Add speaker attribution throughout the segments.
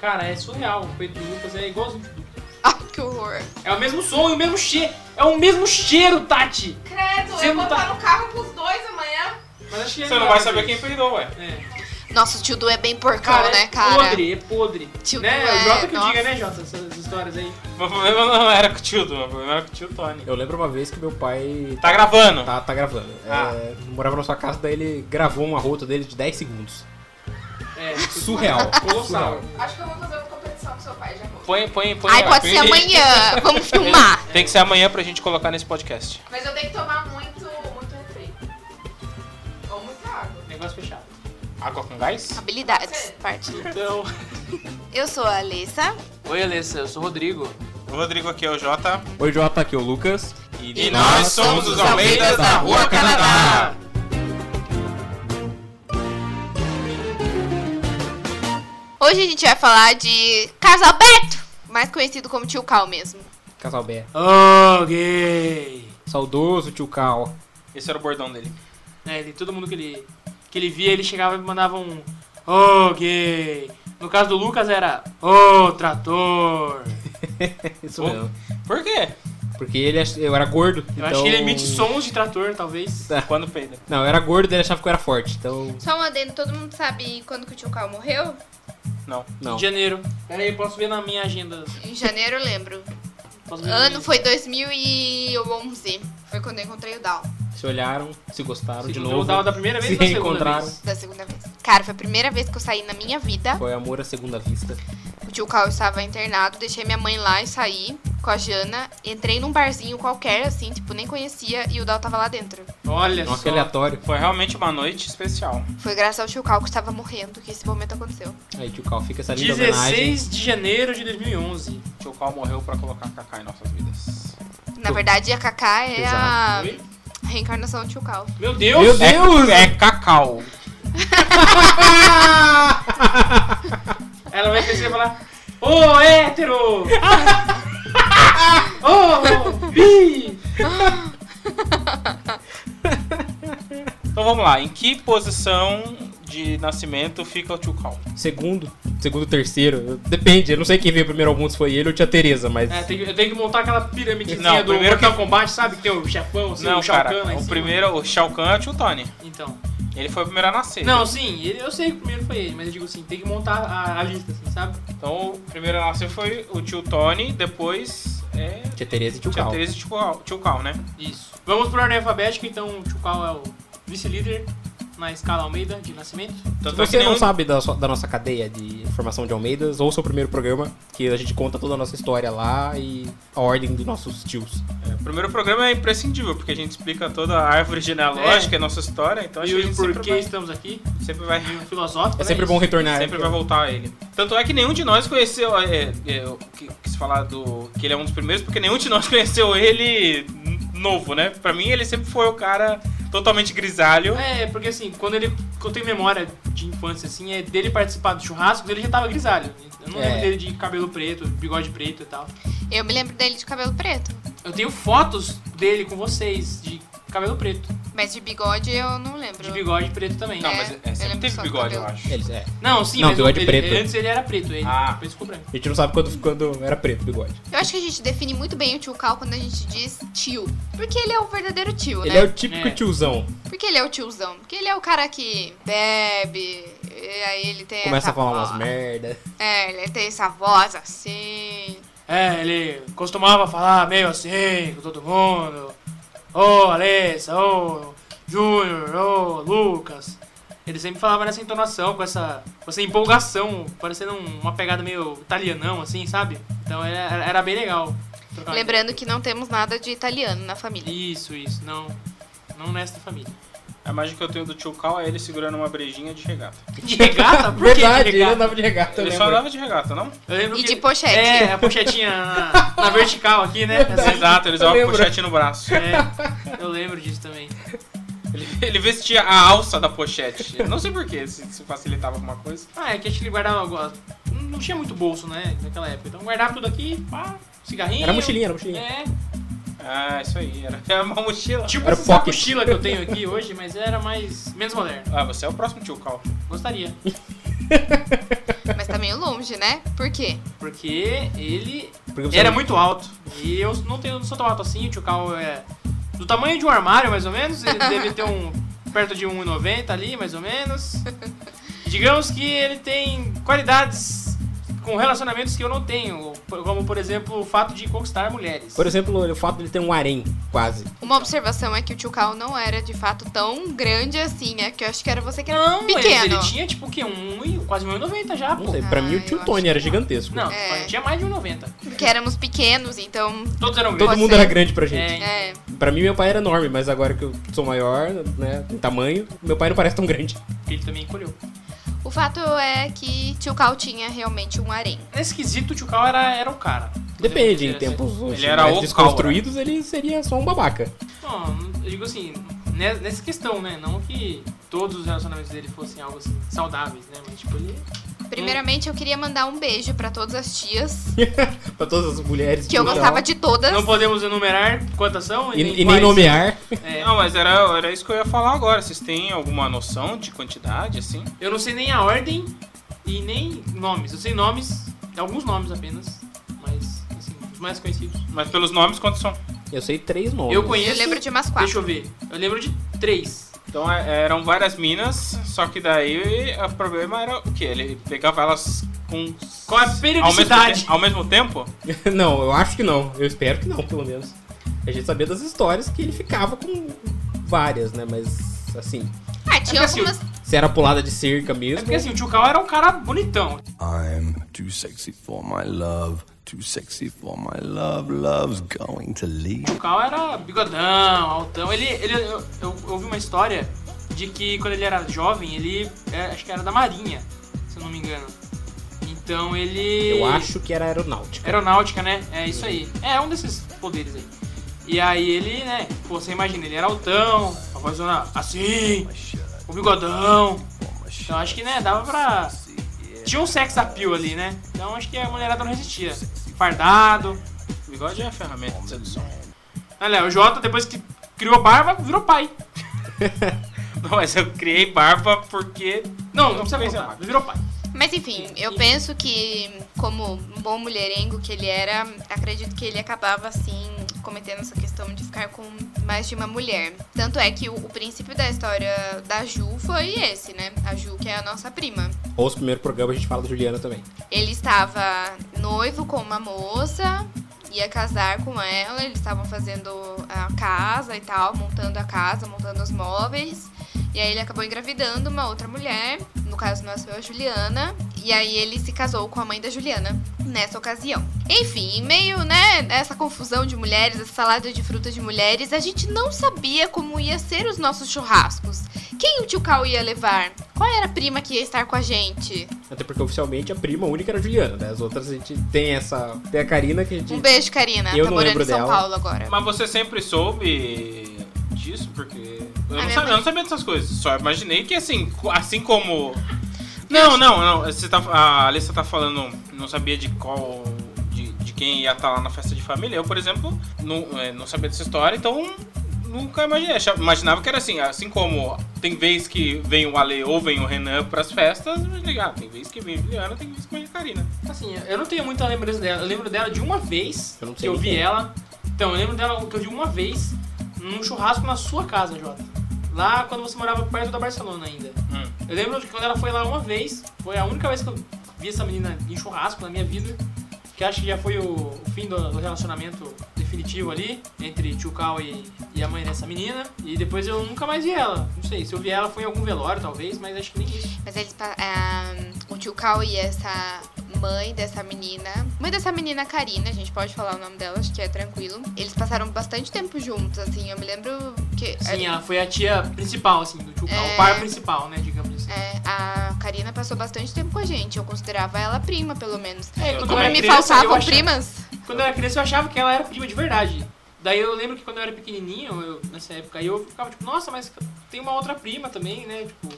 Speaker 1: Cara, é surreal. O peito do Lucas é igualzinho.
Speaker 2: Ai, Ah, que horror.
Speaker 1: É o mesmo som e o mesmo cheiro. É o mesmo cheiro, Tati.
Speaker 3: Credo,
Speaker 1: Você
Speaker 3: eu
Speaker 1: não
Speaker 3: vou
Speaker 1: tá-
Speaker 3: estar no carro pros dois amanhã.
Speaker 1: Mas acho que
Speaker 4: Você não vai saber quem peidou, ué.
Speaker 1: É.
Speaker 2: Nossa, o tio Du é bem porcão,
Speaker 1: Cara, é
Speaker 2: né, cara?
Speaker 1: podre, é podre.
Speaker 2: Tio
Speaker 1: né?
Speaker 2: Du
Speaker 1: o
Speaker 2: é-
Speaker 1: Jota que
Speaker 2: nossa.
Speaker 1: diga, né, Jota, essas essas histórias aí.
Speaker 4: Meu problema não era com o tio Du, meu problema era com o tio Tony.
Speaker 5: Eu lembro uma vez que meu pai
Speaker 4: Tá gravando.
Speaker 5: tá, tá gravando.
Speaker 4: Ah.
Speaker 5: É, morava na sua casa, daí ele gravou uma rota dele de 10 segundos.
Speaker 1: É,
Speaker 5: Surreal.
Speaker 1: Colossal.
Speaker 5: Surreal.
Speaker 3: Acho que eu vou fazer uma competição com seu pai já vou.
Speaker 4: Põe, põe, põe.
Speaker 2: Ai,
Speaker 4: a-
Speaker 2: pode ser
Speaker 4: põe-
Speaker 2: amanhã. Vamos filmar.
Speaker 4: Tem que ser amanhã pra gente colocar nesse podcast.
Speaker 3: Mas eu tenho que tomar muito, muito refri. Ou muita água.
Speaker 1: Negócio fechado.
Speaker 4: Água com gás?
Speaker 2: Habilidades, parte. um.
Speaker 1: Então.
Speaker 2: Eu sou a Alessa.
Speaker 1: Oi, Alessa, eu sou o Rodrigo.
Speaker 4: O Rodrigo aqui é o Jota.
Speaker 5: Oi, Jota, aqui é o Lucas.
Speaker 4: E nós somos os Almeidas da Rua
Speaker 1: Ah.
Speaker 4: Canadá.
Speaker 2: Hoje a gente vai falar de Carlos Alberto, mais conhecido como Tio Cal mesmo.
Speaker 5: Casal Bé.
Speaker 1: Ok.
Speaker 5: Saudoso tio Cal.
Speaker 4: Esse era o bordão dele.
Speaker 1: É, ele, todo mundo que ele, que ele via, ele chegava e mandava um ok. No caso do Lucas era Ô trator.
Speaker 5: Isso
Speaker 4: Oh.
Speaker 5: mesmo.
Speaker 4: Por quê?
Speaker 5: Porque ele ach- eu era gordo.
Speaker 1: Eu
Speaker 5: então...
Speaker 1: acho que ele emite sons de trator, talvez.
Speaker 4: Quando peida.
Speaker 5: Não, eu era gordo e ele achava que eu era forte. Então,
Speaker 2: Só um adendo, todo mundo sabe quando que o Tio Cal morreu?
Speaker 4: Não.
Speaker 5: não.
Speaker 1: Em janeiro. Pera aí, posso ver na minha agenda.
Speaker 2: Em janeiro, eu lembro.
Speaker 1: Posso ver na
Speaker 2: Ano
Speaker 1: minha-
Speaker 2: Ah, foi 2011. Foi quando eu encontrei o Dal,
Speaker 5: Se olharam, se gostaram
Speaker 1: Se
Speaker 5: de
Speaker 1: encontrou
Speaker 5: novo.
Speaker 1: o Dal da primeira vez
Speaker 5: se
Speaker 1: ou da segunda
Speaker 5: reencontraram.
Speaker 1: vez?
Speaker 2: da segunda vez. Cara, foi a primeira vez que eu saí na minha vida.
Speaker 5: Foi amor à segunda vista.
Speaker 2: O tio Cal estava internado, deixei minha mãe lá e saí com a Jana. Entrei num barzinho qualquer, assim, tipo, nem conhecia, e o Dal tava lá dentro.
Speaker 1: Olha
Speaker 5: Nossa,
Speaker 1: É só.
Speaker 5: que aleatório.
Speaker 4: Foi realmente uma noite especial.
Speaker 2: Foi graças ao tio Cal que estava morrendo que esse momento aconteceu.
Speaker 5: Aí, tio Cal, fica essa linda homenagem.
Speaker 1: 16 de janeiro de 2011.
Speaker 4: Tio Cal morreu pra colocar Kaká em nossas vidas.
Speaker 2: Na verdade, a Kaká é a
Speaker 1: Oi?
Speaker 2: reencarnação do tio Cal.
Speaker 1: Meu Deus!
Speaker 5: Meu Deus!
Speaker 4: É, é Cacau.
Speaker 1: Ela vai crescer e falar: Ô hétero! Ô bi!
Speaker 4: Então vamos lá. Em que posição de nascimento fica o Tio Cal?
Speaker 5: Segundo, segundo, terceiro. eu- Depende, eu não sei quem veio primeiro ao mundo, se foi ele ou tia Tereza, mas.
Speaker 1: É, tem que- eu tenho que montar aquela piramidezinha
Speaker 4: Não,
Speaker 1: do
Speaker 4: primeiro
Speaker 1: Mortal
Speaker 4: que-
Speaker 1: Kombat, sabe? Que tem o chefão, assim,
Speaker 4: Não,
Speaker 1: o Shao Kahn lá
Speaker 4: cara.
Speaker 1: em
Speaker 4: O
Speaker 1: cima.
Speaker 4: primeiro, o Shao Kahn é o Tio Tony.
Speaker 1: Então.
Speaker 4: Ele foi o primeiro a nascer.
Speaker 1: Não, sim, ele- eu sei que o primeiro foi ele, mas eu digo assim, tem que montar a, a lista, assim, sabe?
Speaker 4: Então o primeiro a nascer foi o Tio Tony, depois é
Speaker 5: Tia Tereza e tio
Speaker 4: Tia
Speaker 5: Cal.
Speaker 4: Teresa e Tio Cal, Tio Cal, né?
Speaker 1: Isso. Vamos por ordem alfabética, então o Chucal é o vice-líder na escala Almeida de nascimento.
Speaker 5: Se
Speaker 4: Tanto é que
Speaker 5: você não
Speaker 4: nenhum,
Speaker 5: sabe da, sua- da nossa cadeia de formação de Almeidas, ouça o primeiro programa, que a gente conta toda a nossa história lá e a ordem dos nossos tios.
Speaker 4: O primeiro programa é imprescindível, porque a gente explica toda a árvore genealógica, é. a nossa história, então acho
Speaker 1: e
Speaker 4: que a
Speaker 1: o
Speaker 4: gente
Speaker 1: porquê
Speaker 4: sempre vai,
Speaker 1: estamos aqui,
Speaker 4: sempre vai,
Speaker 1: e o filosófico.
Speaker 5: É
Speaker 1: né?
Speaker 5: sempre bom retornar.
Speaker 4: sempre vai voltar a ele. Tanto é que nenhum de nós conheceu, é, é, eu qui- quis falar do, que ele é um dos primeiros, porque nenhum de nós conheceu ele n- novo, né? Pra mim ele sempre foi o cara totalmente grisalho.
Speaker 1: É, porque assim, quando ele. Quando eu tenho memória de infância, assim, é dele participar dos churrascos, ele já tava grisalho. Eu não
Speaker 5: É.
Speaker 1: lembro dele de cabelo preto, bigode preto e tal.
Speaker 2: Eu me lembro dele de cabelo preto,
Speaker 1: Eu tenho fotos dele com vocês de cabelo preto,
Speaker 2: mas de bigode eu não lembro.
Speaker 1: de bigode preto também.
Speaker 4: Não,
Speaker 1: É.
Speaker 4: mas é, sempre
Speaker 2: lembro
Speaker 4: teve
Speaker 2: só do
Speaker 4: bigode, eu
Speaker 2: cabelo.
Speaker 4: acho.
Speaker 5: Eles, é.
Speaker 1: Não, sim,
Speaker 5: Não,
Speaker 1: mas
Speaker 5: bigode
Speaker 1: ele-
Speaker 5: preto.
Speaker 1: antes ele era preto, ele
Speaker 4: Ah.
Speaker 1: depois ficou branco.
Speaker 5: A gente não sabe quando, quando era preto o bigode.
Speaker 2: Eu acho que a gente define muito bem o tio Cal quando a gente diz tio. Porque ele é o verdadeiro tio,
Speaker 5: Ele
Speaker 2: né?
Speaker 5: é o típico
Speaker 1: É.
Speaker 5: tiozão.
Speaker 2: Porque ele é o tiozão. Porque ele é o cara que bebe. E aí ele tem essa
Speaker 5: Começa a falar
Speaker 2: voz.
Speaker 5: umas merda.
Speaker 2: É, ele tem essa voz assim.
Speaker 1: É, ele costumava falar meio assim com todo mundo. Ô, Alessa, ô, Júnior, ô, Lucas. Ele sempre falava nessa entonação, com essa, com essa empolgação, parecendo um- uma pegada meio italianão, assim, sabe? Então era, era- era bem legal. trocar
Speaker 2: Lembrando que não temos nada de italiano na família.
Speaker 1: ideia. Isso, isso, não. Não nesta família.
Speaker 4: A imagem que eu tenho do tio Cal é ele segurando uma brejinha de regata.
Speaker 1: De regata? Por que
Speaker 5: Verdade,
Speaker 1: de
Speaker 5: ele
Speaker 1: regata?
Speaker 5: andava de regata, eu
Speaker 4: ele só
Speaker 5: lembro.
Speaker 4: andava de regata, não?
Speaker 1: Eu lembro
Speaker 2: E
Speaker 1: que-
Speaker 2: de pochete.
Speaker 1: É, a pochetinha na, na vertical aqui, né? Assim,
Speaker 4: Exato, ele
Speaker 5: Eu
Speaker 4: usava
Speaker 5: lembro.
Speaker 4: pochete no braço.
Speaker 1: é, eu lembro disso também.
Speaker 4: Ele, ele vestia a alça da pochete. Eu não sei porquê, se, se facilitava alguma coisa.
Speaker 1: Ah, é que acho que ele guardava. alguma- Não tinha muito bolso, né? Naquela época. Então guardava tudo aqui, pá, cigarrinho.
Speaker 5: Era mochilinha, era mochilinha.
Speaker 1: É.
Speaker 4: Ah, isso aí, era, era uma mochila.
Speaker 1: Tipo
Speaker 5: Era
Speaker 1: essa
Speaker 5: pocket.
Speaker 1: mochila que eu tenho aqui hoje, mas era mais. menos moderno.
Speaker 4: Ah, você é o próximo tio Cal.
Speaker 1: Gostaria.
Speaker 2: Mas tá meio longe, né? Por quê?
Speaker 1: Porque ele
Speaker 5: Porque você
Speaker 1: era
Speaker 5: não-
Speaker 1: muito alto. E eu não, tenho, não sou tão alto assim, o Tio Cal é do tamanho de um armário, mais ou menos. Ele deve ter um perto de 1,90 ali, mais ou menos. Digamos que ele tem qualidades com relacionamentos que eu não tenho. Como, por exemplo, o fato de conquistar mulheres.
Speaker 5: Por exemplo, o fato de ele ter um harém, quase.
Speaker 2: Uma observação é que o Tio Cal não era de fato tão grande assim, né? Que eu acho que era você que era
Speaker 1: Não, mas
Speaker 2: pequeno.
Speaker 1: ele tinha tipo o quê? Um, e- quase 1,90 já, pô.
Speaker 5: Não sei, pra
Speaker 2: Ah,
Speaker 5: mim o
Speaker 2: eu
Speaker 5: tio
Speaker 2: acho
Speaker 5: Tony
Speaker 2: que
Speaker 5: era
Speaker 2: não.
Speaker 5: gigantesco.
Speaker 1: Não,
Speaker 2: É.
Speaker 1: tinha mais de 1,90.
Speaker 2: Porque éramos pequenos, então.
Speaker 1: Todos eram
Speaker 5: Todo
Speaker 1: grandes.
Speaker 2: Pode
Speaker 5: mundo
Speaker 2: ser.
Speaker 5: era grande pra gente.
Speaker 1: É.
Speaker 2: É.
Speaker 5: Pra mim, meu pai era enorme, mas agora que eu sou maior, né, em tamanho, meu pai não parece tão grande.
Speaker 1: Ele também encolheu.
Speaker 2: O fato é que Tio Cal tinha realmente um harém.
Speaker 1: Nesse quesito, o Tio Cal era, era o cara.
Speaker 5: Depende, em
Speaker 1: Ele-
Speaker 5: tempos hoje
Speaker 4: era o
Speaker 5: mais
Speaker 4: Caura.
Speaker 5: desconstruídos,
Speaker 1: né?
Speaker 5: ele seria só um babaca.
Speaker 1: Não, eu digo assim, ne- nessa questão, né? Não que todos os relacionamentos dele fossem algo assim, saudáveis, né? Mas tipo, ele.
Speaker 2: Primeiramente, eu queria mandar um beijo pra todas as tias,
Speaker 5: pra todas as mulheres.
Speaker 2: que eu
Speaker 5: no geral.
Speaker 2: gostava de todas.
Speaker 1: Não podemos enumerar quantas são
Speaker 5: E, e nem
Speaker 1: quais-
Speaker 5: nomear.
Speaker 1: É,
Speaker 4: Não, mas era, era isso que eu ia falar agora. Vocês têm alguma noção de quantidade, assim?
Speaker 1: eu não sei nem a ordem e nem nomes. Eu sei nomes, alguns nomes apenas, mas assim, os mais conhecidos.
Speaker 4: Mas pelos nomes, quantos são?
Speaker 5: Eu sei três nomes.
Speaker 1: Eu conheço.
Speaker 2: Eu lembro de umas quatro.
Speaker 1: Deixa eu ver. Eu lembro de três.
Speaker 4: Então é- eram várias minas, só que daí o problema era o quê? Ele pegava elas com.
Speaker 1: Com a periodicidade.
Speaker 4: Ao mesmo, te- ao mesmo tempo?
Speaker 5: não, eu acho que não. Eu espero que não, pelo menos. A gente sabia das histórias que ele ficava com várias, né? Mas, assim,
Speaker 2: Ah, tinha
Speaker 1: É porque,
Speaker 2: algumas.
Speaker 1: assim,
Speaker 5: se era pulada de cerca
Speaker 1: É
Speaker 5: mesmo.
Speaker 1: porque assim, o Tio Cal era um cara bonitão.
Speaker 6: I'm too sexy for my love, too sexy for my love, love's going to leave.
Speaker 1: O Cal era bigodão, altão. Ele, ele eu, eu ouvi uma história de que quando ele era jovem, ele é, acho que era da Marinha, se eu não me engano. Então ele
Speaker 5: Eu acho que era aeronáutica.
Speaker 1: aeronáutica, né? É isso aí. É um desses poderes aí. E aí ele, né, pô, você imagina, ele era altão, a voz zona assim, o bigodão. Então acho que, né, dava pra tinha um sex appeal ali, né? Então acho que a mulherada não resistia. Fardado,
Speaker 4: O bigode é a ferramenta de sedução.
Speaker 1: Olha, o Jota, depois que criou a barba, virou pai.
Speaker 4: Não, mas eu criei barba porque.
Speaker 1: Não, não precisa
Speaker 4: Fez a
Speaker 1: contar,
Speaker 4: barba.
Speaker 1: virou pai.
Speaker 2: Mas enfim, eu penso que, como um bom mulherengo que ele era, acredito que ele acabava assim cometendo essa questão de ficar com mais de uma mulher. Tanto é que o, o princípio da história da Ju foi esse, né? A Ju, que é a nossa prima.
Speaker 5: Ou os primeiros programas a gente fala da Juliana também.
Speaker 2: Ele estava noivo com uma moça, ia casar com ela, eles estavam fazendo a casa e tal, montando a casa, montando os móveis. E aí ele acabou engravidando uma outra mulher, no caso nasceu a Juliana, e aí ele se casou com a mãe da Juliana nessa ocasião. Enfim, em meio, né, essa confusão de mulheres, essa salada de frutas de mulheres, a gente não sabia como ia ser os nossos churrascos. Quem o tio Cal ia levar? Qual era a prima que ia estar com a gente?
Speaker 5: Até porque oficialmente a prima única era a Juliana, né? As outras a gente tem essa. Tem a Karina que a gente.
Speaker 2: Um beijo, Karina.
Speaker 5: Eu
Speaker 2: tá
Speaker 5: não
Speaker 2: morando
Speaker 5: lembro
Speaker 2: em São
Speaker 5: dela.
Speaker 2: Paulo agora.
Speaker 4: Mas você sempre soube disso? Porque. Eu
Speaker 2: minha
Speaker 4: não, sabia,
Speaker 2: mãe-
Speaker 4: eu não sabia dessas coisas. Só imaginei que assim, co- assim como. Não, não, não. Você tá, a Alessa tá falando, não sabia de qual. de, de quem ia estar lá na festa de família. Eu, por exemplo, não, é, não sabia dessa história, então. Nunca imaginei. Achava- Imaginava que era assim, assim como tem vez que vem o Ale ou vem o Renan pras festas, eu imaginei, ah, tem vez que vem a Juliana, tem vez que vem a Karina.
Speaker 1: Assim, eu não tenho muita lembrança dela. Eu lembro dela de uma vez
Speaker 5: Eu não sei
Speaker 1: que eu
Speaker 5: nem
Speaker 1: vi
Speaker 5: quem é.
Speaker 1: ela. Então, eu lembro dela que eu vi uma vez num churrasco na sua casa, Jota. Lá quando você morava perto da Barcelona ainda.
Speaker 4: Hum.
Speaker 1: Eu lembro de quando ela foi lá uma vez. Foi a única vez que eu vi essa menina em churrasco na minha vida. Que acho que já foi o, o fim do, do relacionamento definitivo ali, entre Tio Cal e, e a mãe dessa menina. E depois eu nunca mais vi ela. Não sei, se eu vi ela foi em algum velório talvez, mas acho que nem isso.
Speaker 2: Mas eles. pa- ah, o tio Cal e essa mãe dessa menina. Mãe dessa menina, Karina, a gente pode falar o nome dela, acho que é tranquilo. Eles passaram bastante tempo juntos, assim. Eu me lembro que.
Speaker 1: Sim, ela foi a tia principal, assim, do Tio Cal,
Speaker 2: É.
Speaker 1: o par principal, né, digamos assim.
Speaker 2: é, a Karina passou bastante tempo com a gente. Eu considerava ela prima, pelo menos.
Speaker 1: É, quando eu
Speaker 2: Como
Speaker 1: era
Speaker 2: me
Speaker 1: criança, eu
Speaker 2: faltavam
Speaker 1: achava-
Speaker 2: primas.
Speaker 1: Quando eu era criança, eu achava que ela era prima de verdade. Daí eu lembro que quando eu era pequenininho, eu- nessa época, aí eu ficava tipo, nossa, mas tem uma outra prima também, né? Tipo,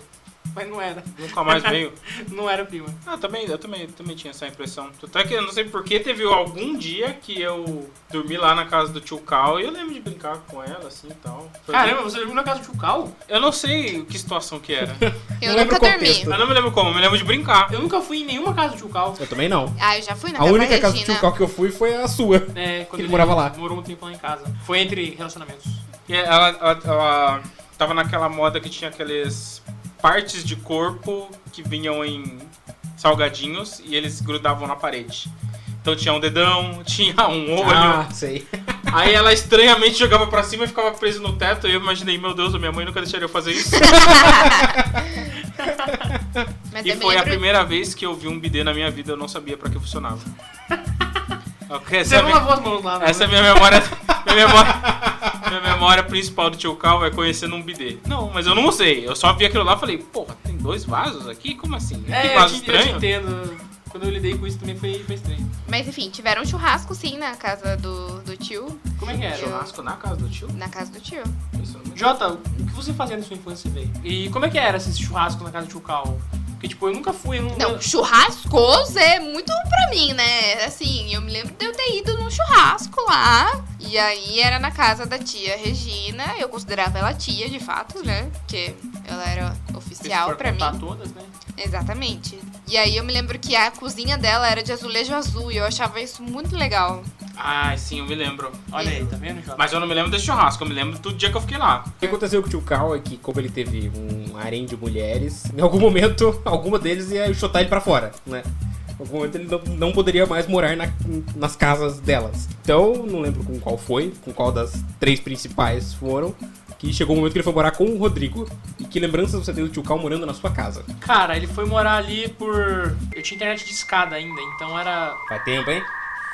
Speaker 1: Mas não era.
Speaker 4: Nunca mais veio.
Speaker 1: Não era o Pima.
Speaker 4: Ah, também, eu também, também tinha essa impressão. Tanto é que eu não sei porque teve algum dia que eu dormi lá na casa do tio Cal e eu lembro de brincar com ela, assim e tal. Foi
Speaker 1: Caramba, você dormiu na casa do Chucal?
Speaker 4: bem- Eu não sei que situação que era.
Speaker 2: Eu
Speaker 5: Não lembro
Speaker 2: nunca
Speaker 5: o contexto.
Speaker 2: dormi.
Speaker 4: eu não me lembro como, eu me lembro de brincar.
Speaker 1: Eu nunca fui em nenhuma casa do Chucal.
Speaker 5: Eu também não.
Speaker 2: Ah, eu já fui na
Speaker 5: A
Speaker 2: casa da
Speaker 5: única casa do
Speaker 2: Regina.
Speaker 5: tio Cal que eu fui foi a sua.
Speaker 1: É,
Speaker 5: Ele morava lá.
Speaker 1: Morou um tempo lá em casa. Foi entre relacionamentos.
Speaker 4: E ela, ela, ela tava naquela moda que tinha aqueles partes de corpo que vinham em salgadinhos e eles grudavam na parede. Então tinha um dedão, tinha um olho.
Speaker 5: Ah, sei.
Speaker 4: Aí ela estranhamente jogava pra cima e ficava presa no teto. E eu imaginei, meu Deus, a minha mãe nunca deixaria eu fazer isso.
Speaker 2: Mas
Speaker 1: é
Speaker 4: e
Speaker 2: eu me
Speaker 4: foi a
Speaker 2: lembro
Speaker 4: primeira vez que eu vi um bidê na minha vida, eu não sabia pra que funcionava. Ok, Essa,
Speaker 1: Você
Speaker 4: é a
Speaker 1: não
Speaker 4: minha-
Speaker 1: lavou as mãos lá, né?
Speaker 4: essa é a minha memória. Minha memória, minha memória principal do tio Cal é conhecendo um bidê. Não, mas eu não usei. Eu só vi aquilo lá e falei, porra, tem dois vasos aqui? Como assim? que
Speaker 1: É, eu
Speaker 4: vaso
Speaker 1: te, eu te
Speaker 4: estranho?
Speaker 1: entendo. Quando eu lidei com isso também foi, foi estranho.
Speaker 2: Mas enfim, tiveram um churrasco sim na casa do, do tio.
Speaker 1: Como é que era?
Speaker 4: Churrasco na casa do tio?
Speaker 2: Na casa do tio.
Speaker 4: Isso eu não-
Speaker 1: Jota, o que você fazia na sua infância, velho? E como é que era esse churrasco na casa de Chucal? Porque, tipo, eu nunca fui. Eu não,
Speaker 2: Não, churrascoso é muito pra mim, né? Assim, eu me lembro de eu ter ido num churrasco lá. E aí era na casa da tia Regina. Eu considerava ela tia, de fato, né? Porque ela era oficial
Speaker 1: for
Speaker 2: pra
Speaker 1: contar
Speaker 2: mim. é.
Speaker 1: todas, né?
Speaker 2: Exatamente. E aí eu me lembro que a cozinha dela era de azulejo azul. E eu achava isso muito legal.
Speaker 4: Ah, sim, eu me lembro.
Speaker 1: Olha aí, tá vendo, Jota?
Speaker 4: Mas eu não me lembro desse churrasco, eu me lembro do dia que eu fiquei lá.
Speaker 5: O que aconteceu com o tio Cal é que, como ele teve um harém de mulheres, em algum momento, alguma deles ia chutar ele pra fora, né? Em algum momento ele não, não poderia mais morar na- nas casas delas. Então, não lembro com qual foi, com qual das três principais foram, que chegou o momento que ele foi morar com o Rodrigo. E que lembranças você tem do tio Cal morando na sua casa?
Speaker 1: Cara, ele foi morar ali por. Eu tinha internet de escada ainda, então era.
Speaker 5: Faz tempo, hein?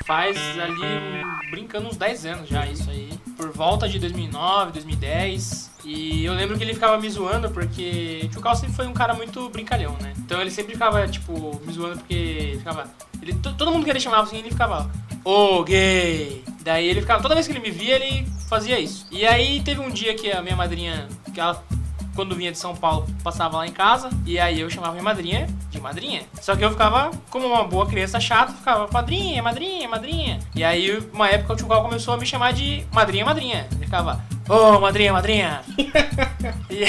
Speaker 1: Faz ali, um- brincando, uns 10 anos já, isso aí. Por volta de 2009, 2010. E eu lembro que ele ficava me zoando porque o Chucal sempre foi um cara muito brincalhão, né? Então ele sempre ficava, tipo, me zoando porque ele ficava. Ele, to- todo mundo que ele chamava assim, ele ficava, ô gay. Daí ele ficava, toda vez que ele me via, ele fazia isso. E aí teve um dia que a minha madrinha, que ela quando vinha de São Paulo, passava lá em casa, e aí eu chamava minha madrinha de madrinha. Só que eu ficava, como uma boa criança chata, ficava madrinha, madrinha, madrinha. E aí, uma época, o tio Cal começou a me chamar de madrinha, madrinha. Ele ficava, ô, madrinha, madrinha. e... e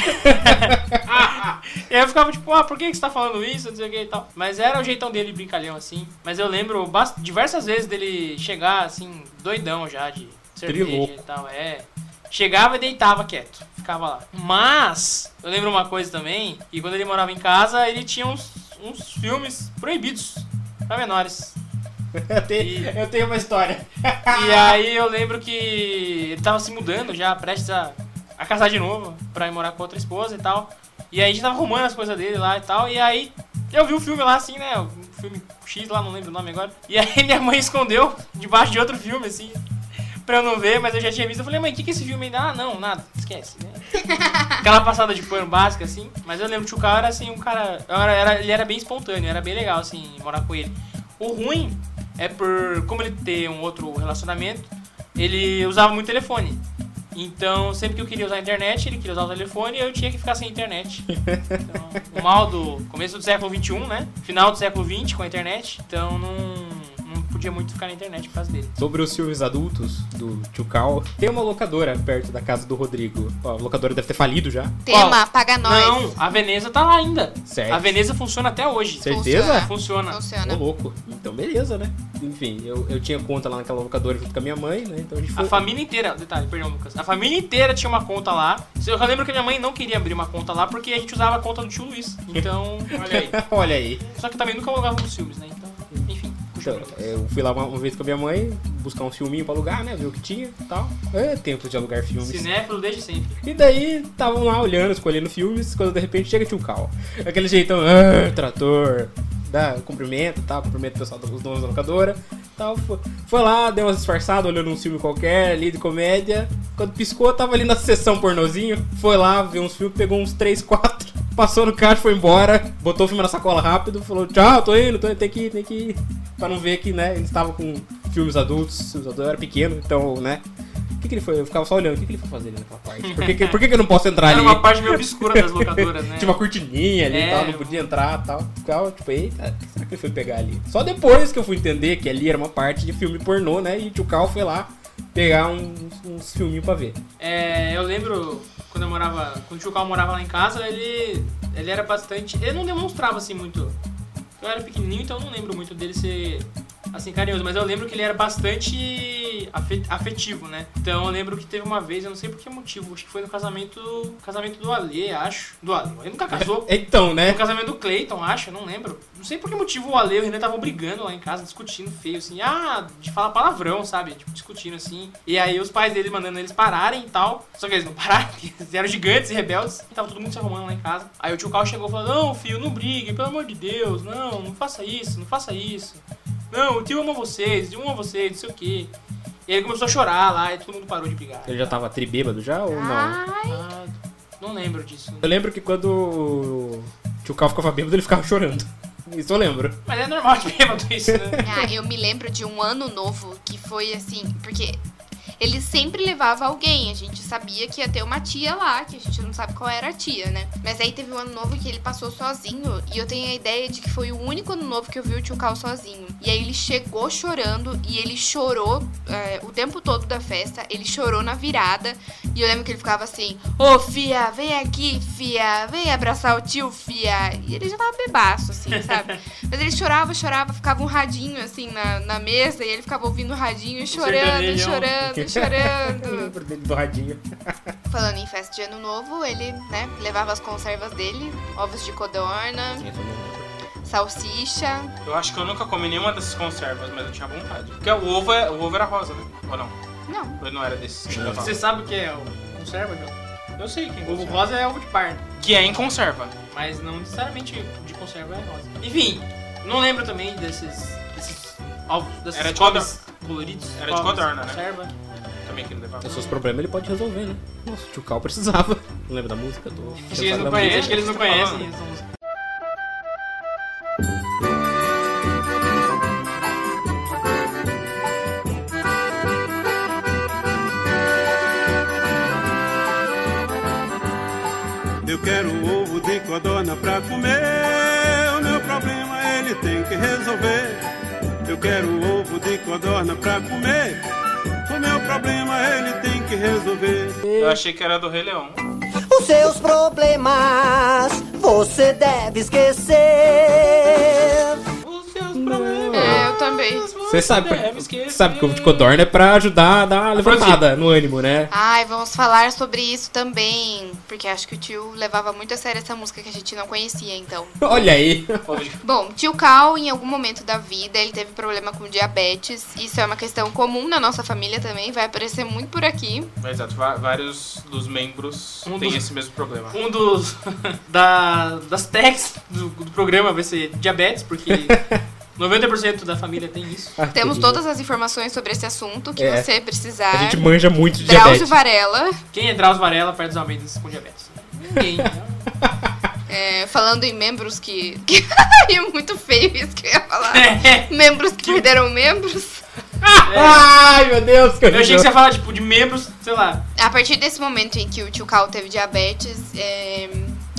Speaker 1: aí eu ficava tipo, ah, por que que você tá falando isso, não sei o que e tal. Mas era o jeitão dele, brincalhão, assim. Mas eu lembro bast- diversas vezes dele chegar, assim, doidão já, de cerveja
Speaker 5: Trilouco.
Speaker 1: e tal, é... Chegava e deitava quieto, ficava lá. Mas, eu lembro uma coisa também, que quando ele morava em casa, ele tinha uns, uns filmes proibidos pra menores.
Speaker 5: Eu tenho, eu tenho uma história.
Speaker 1: E aí eu lembro que ele tava se mudando já, prestes a, a casar de novo, pra ir morar com outra esposa e tal. E aí a gente tava arrumando as coisas dele lá e tal, e aí eu vi um filme lá assim, né, um filme X lá, não lembro o nome agora. E aí minha mãe escondeu debaixo de outro filme, assim, pra eu não ver, mas eu já tinha visto. Eu falei, mãe, o que que é esse filme ainda? Ah, não, nada, esquece, né? Aquela passada de pano básica, assim. Mas eu lembro que o cara era, assim, um cara... Era, era- ele era bem espontâneo, era bem legal, assim, morar com ele. O ruim é por... Como ele ter um outro relacionamento, ele usava muito telefone. Então, sempre que eu queria usar a internet, ele queria usar o telefone e eu tinha que ficar sem internet. Então, o mal do começo do século XXI, né? Final do século XX com a internet. Então, não, não podia muito ficar na internet por causa dele.
Speaker 5: Sobre os filmes adultos do tio Cal, tem uma locadora perto da casa do Rodrigo. Ó, a locadora deve ter falido já.
Speaker 2: Tema, paga nós.
Speaker 1: Não, a Veneza tá lá ainda.
Speaker 5: Certo.
Speaker 1: A Veneza funciona até hoje.
Speaker 5: Certeza?
Speaker 1: Funciona.
Speaker 5: Ô,
Speaker 2: Funciona.
Speaker 5: louco. Então, beleza, né? Enfim, eu, eu tinha conta lá naquela locadora junto com a minha mãe, né? Então a gente foi.
Speaker 1: A família inteira, detalhe, perdão, Lucas. A família inteira tinha uma conta lá. Eu só lembro que a minha mãe não queria abrir uma conta lá porque a gente usava a conta do tio Luiz. Então, olha aí.
Speaker 5: Olha aí.
Speaker 1: Só que também nunca alugava nos filmes, né? Então, enfim.
Speaker 5: Então, eu fui lá uma, uma vez com a minha mãe, buscar um filminho pra alugar, né? Ver o que tinha e tal. É, tempo de alugar filmes.
Speaker 1: Cinéfilo desde sempre.
Speaker 5: E daí, estavam lá olhando, escolhendo filmes, quando de repente chega tio Cal. Aquele jeitão, ah, trator, dá cumprimento, tá? Cumprimento o pessoal dos donos da locadora. Tal. Foi, foi lá, deu uma disfarçada, olhando um filme qualquer ali de comédia. Quando piscou, tava ali na sessão pornozinho. Foi lá, viu uns filmes, pegou uns 3, 4. Passou no caixa, foi embora, botou o filme na sacola rápido, falou tchau, tô indo, tô indo, tem que ir, tem que ir. Pra não ver que, né, eles estavam com filmes adultos, filmes adultos, eu era pequeno, então, né, que, que ele foi? Eu ficava só olhando. O que, que ele foi fazer ali naquela parte? Por que, que- por que, que eu não posso entrar
Speaker 1: Era
Speaker 5: ali?
Speaker 1: uma parte meio obscura das locadoras, né?
Speaker 5: Tinha uma cortininha ali e
Speaker 1: É,
Speaker 5: tal, não
Speaker 1: eu-
Speaker 5: podia entrar e tal. Ficava, tipo, eita, o que será que ele foi pegar ali? Só depois que eu fui entender que ali era uma parte de filme pornô, né? E o Tchucal foi lá pegar uns, uns filminhos pra ver.
Speaker 1: É, eu lembro quando eu morava. Quando o Chucal morava lá em casa, ele. Ele era bastante. Ele não demonstrava assim muito. Eu era pequenininho, então eu não lembro muito dele ser assim carinhoso, mas eu lembro que ele era bastante afe- afetivo, né? Então eu lembro que teve uma vez, eu não sei por que motivo, acho que foi no casamento, casamento do Alê, acho. Do Alê, ele nunca casou.
Speaker 5: Então,
Speaker 1: No
Speaker 5: né?
Speaker 1: casamento do Clayton, acho, eu não lembro. Não sei por que motivo o Ale e o Renan estavam brigando lá em casa, discutindo feio, assim. Ah, de falar palavrão, sabe? Tipo, discutindo assim. E aí os pais dele mandando eles pararem e tal. Só que eles não pararam, porque eles eram gigantes e rebeldes. E tava todo mundo se arrumando lá em casa. Aí o tio Carl chegou e falou: Não, filho, não brigue, pelo amor de Deus. Não, não faça isso, não faça isso. Não, o tio ama vocês, eu amo vocês, não sei o quê. E ele começou a chorar lá e todo mundo parou de brigar.
Speaker 5: Ele já tava tribêbado já ou não?
Speaker 2: Ai,
Speaker 1: Ah, não lembro disso.
Speaker 5: Eu lembro que quando o Tchucal ficava bêbado, ele ficava chorando. Isso eu lembro.
Speaker 1: Mas é normal de bêbado isso, né?
Speaker 2: Ah, eu me lembro de um ano novo que foi assim, porque ele sempre levava alguém. A gente sabia que ia ter uma tia lá, que a gente não sabe qual era a tia, né? Mas aí teve um ano novo que ele passou sozinho e eu tenho a ideia de que foi o único ano novo que eu vi o tio Cal sozinho. E aí ele chegou chorando e ele chorou é, o tempo todo da festa, ele chorou na virada e eu lembro que ele ficava assim: Ô fia, vem aqui, fia, vem abraçar o tio, fia. E ele já tava bebaço, assim, sabe? Mas ele chorava, chorava, ficava um radinho assim na, na mesa e ele ficava ouvindo o radinho e chorando,
Speaker 1: sertanejão.
Speaker 2: chorando,
Speaker 5: Eu
Speaker 2: chorando.
Speaker 5: lembro dele do radinho.
Speaker 2: Falando em festa de ano novo, ele, né, levava as conservas dele, ovos de codorna, salsicha.
Speaker 4: Eu acho que eu nunca comi nenhuma dessas conservas, mas eu tinha vontade. Porque o ovo, é, o ovo era rosa, né? Ou não?
Speaker 2: Não,
Speaker 4: Ou não era desse?
Speaker 1: Você sabe o que é o conserva, João?
Speaker 4: Eu sei que é
Speaker 1: Ovo
Speaker 4: conserva.
Speaker 1: rosa é ovo de pardo,
Speaker 4: Que é em conserva.
Speaker 1: mas não necessariamente de conserva é rosa. Enfim, não lembro também desses, desses ovos, desses
Speaker 4: Era de
Speaker 1: cobres coloridos.
Speaker 4: Era de
Speaker 1: ovos
Speaker 4: codorna, né?
Speaker 1: Conserva.
Speaker 4: Também que ele levava.
Speaker 5: Os seus problemas ele pode resolver, né? Nossa, o Tchucal precisava. Não lembra da música? Do...
Speaker 1: Acho que eles não
Speaker 5: da música.
Speaker 1: conhecem, acho que eles não conhecem
Speaker 4: falando.
Speaker 1: essa música.
Speaker 7: Eu quero um ovo de codorna pra comer. O meu problema ele tem que resolver. Eu quero um ovo de codorna pra comer. O meu problema ele tem que resolver.
Speaker 4: Eu achei que era do Rei Leão.
Speaker 8: Os seus problemas você deve esquecer.
Speaker 4: Os seus problemas.
Speaker 2: é, eu também.
Speaker 5: Você sabe,
Speaker 4: deve esquecer.
Speaker 5: pra, sabe que o
Speaker 4: né?
Speaker 5: de codorna é pra ajudar a dar uma levantada no ânimo, né?
Speaker 2: Ai, vamos falar sobre isso também, porque acho que o tio levava muito a sério essa música que a gente não conhecia, então.
Speaker 5: Olha aí.
Speaker 4: Ovo de-
Speaker 2: Bom, tio Cal, em algum momento da vida, ele teve problema com diabetes. Isso é uma questão comum na nossa família também, vai aparecer muito por aqui.
Speaker 4: Exato, va- vários dos membros
Speaker 1: Um
Speaker 4: têm
Speaker 1: dos-
Speaker 4: esse mesmo problema.
Speaker 1: Um dos. da- das tags do, do programa vai ser diabetes, porque 90% da família tem isso.
Speaker 2: Temos todas as informações sobre esse assunto que
Speaker 5: Ah, É.
Speaker 2: você precisar.
Speaker 5: A gente manja muito de
Speaker 2: Drauzio
Speaker 5: diabetes.
Speaker 2: Varela,
Speaker 1: Quem é Drauzio Varela perto dos Almeidas com diabetes? Ninguém. né?
Speaker 2: é, falando em membros que. que- é muito feio isso que eu ia falar.
Speaker 5: É.
Speaker 1: É,
Speaker 2: Membros que perderam membros.
Speaker 5: Ai, meu Deus, que
Speaker 1: Eu achei que você ia falar, tipo, de membros, sei lá.
Speaker 2: A partir desse momento em que o tio Cal teve diabetes, é,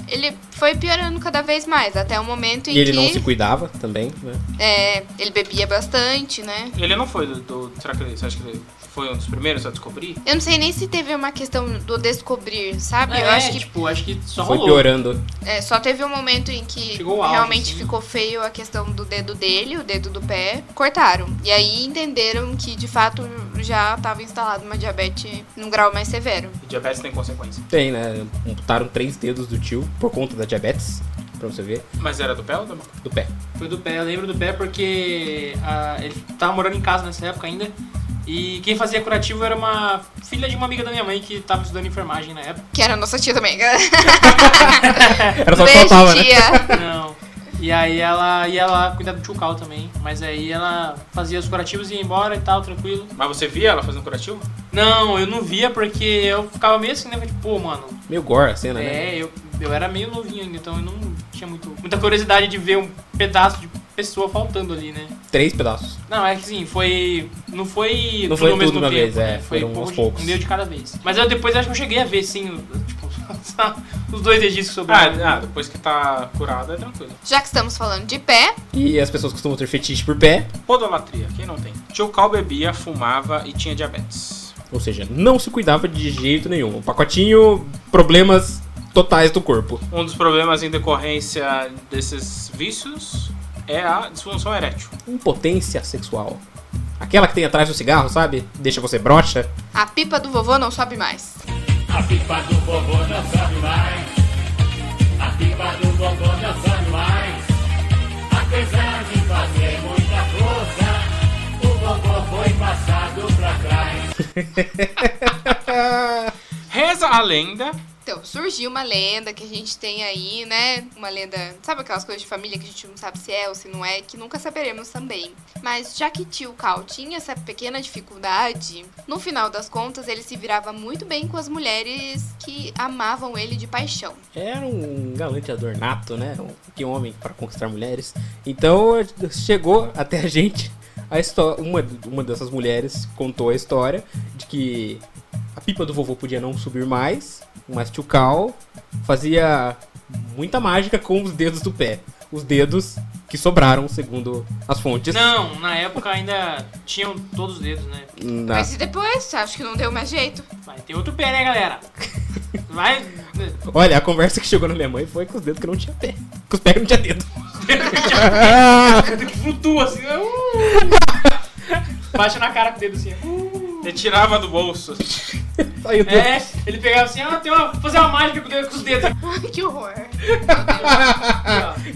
Speaker 2: ele foi piorando cada vez mais, até o momento em
Speaker 5: E ele
Speaker 2: que
Speaker 5: não se cuidava também, né?
Speaker 2: é, ele bebia bastante, né?
Speaker 4: Ele não foi do, do- Será que ele. Você acha que ele foi um dos primeiros a descobrir?
Speaker 2: Eu não sei nem se teve uma questão do descobrir, sabe? eu
Speaker 1: É,
Speaker 2: acho que
Speaker 1: tipo, acho que só
Speaker 5: Foi
Speaker 1: rolou.
Speaker 5: piorando.
Speaker 2: é, só teve um momento em que
Speaker 1: Chegou o auge,
Speaker 2: realmente
Speaker 1: assim.
Speaker 2: ficou feio a questão do dedo dele, o dedo do pé. Cortaram. E aí entenderam que de fato já estava instalado uma diabetes num grau mais severo.
Speaker 4: O diabetes tem consequência.
Speaker 5: Tem, né? Amputaram três dedos do tio por conta da diabetes, pra você ver,
Speaker 4: Mas era do pé ou da mão?
Speaker 5: do pé.
Speaker 1: Foi do pé, eu lembro do pé porque ah, ele tava morando em casa nessa época ainda. E quem fazia curativo era uma filha de uma amiga da minha mãe que tava estudando enfermagem na época.
Speaker 2: Que era a nossa tia também.
Speaker 5: Era só que
Speaker 2: Beijo,
Speaker 5: faltava, né?
Speaker 2: tia.
Speaker 1: Não. E aí ela ia lá cuidar do tio Cal também. Mas aí ela fazia os curativos e ia embora e tal, tranquilo.
Speaker 4: Mas você via ela fazendo curativo?
Speaker 1: Não, eu não via porque eu ficava meio assim, né? Tipo, pô, mano,
Speaker 5: Meio gore a cena, né?
Speaker 1: É, eu, eu era meio novinho ainda, então eu não tinha muito, muita curiosidade de ver um pedaço de pessoa faltando ali, né?
Speaker 5: Três pedaços.
Speaker 1: Não, é que sim, foi. Não foi
Speaker 5: Não
Speaker 1: tudo
Speaker 5: foi
Speaker 1: ao mesmo
Speaker 5: tudo de uma
Speaker 1: tempo,
Speaker 5: vez, é,
Speaker 1: né? Foi
Speaker 5: foram aos
Speaker 1: de-
Speaker 5: poucos.
Speaker 1: um meio de cada vez. Mas eu depois acho que eu cheguei a ver, sim, o- tipo, os dois registros sobre.
Speaker 4: Ah, ah, depois que tá curado é tranquilo.
Speaker 2: Já que estamos falando de pé,
Speaker 5: E as pessoas costumam ter fetiche por pé,
Speaker 4: Podolatria, quem não tem? Tio Cal bebia, fumava e tinha diabetes.
Speaker 5: ou seja, não se cuidava de jeito nenhum. O pacotinho, problemas totais do corpo.
Speaker 4: Um dos problemas em decorrência desses vícios é a disfunção erétil.
Speaker 5: Impotência sexual. Aquela que tem atrás do cigarro, sabe? Deixa você broxa.
Speaker 2: a pipa do vovô não sobe mais.
Speaker 4: Reza a lenda
Speaker 2: Então, surgiu uma lenda que a gente tem aí, né? Uma lenda, sabe aquelas coisas de família que a gente não sabe se é ou se não é, que nunca saberemos também. Mas já que tio Cal tinha essa pequena dificuldade, no final das contas ele se virava muito bem com as mulheres que amavam ele de paixão.
Speaker 5: Era um galante adornato, né? Um, que homem para conquistar mulheres. Então chegou até a gente a história. Uma, uma dessas mulheres contou a história de que a pipa do vovô podia não subir mais, mas tio Cal fazia muita mágica com os dedos do pé. Os dedos que sobraram, segundo as fontes.
Speaker 1: Não, na época ainda tinham todos os dedos, né?
Speaker 5: Na-
Speaker 2: Mas e depois? Acho que não deu mais jeito.
Speaker 1: Vai ter outro pé, né, galera? Vai.
Speaker 5: Olha, a conversa que chegou na minha mãe foi com os dedos que não tinha pé. Com os pés que não tinha dedo.
Speaker 1: que flutua assim, né? Uh! Baixa na cara com o dedo assim. uh!
Speaker 4: ele tirava do bolso. assim.
Speaker 5: Aí o dedo
Speaker 1: É, ele pegava assim, ah, tem uma. Fazer uma mágica com o dedo- com os dedos.
Speaker 2: Ai, que horror.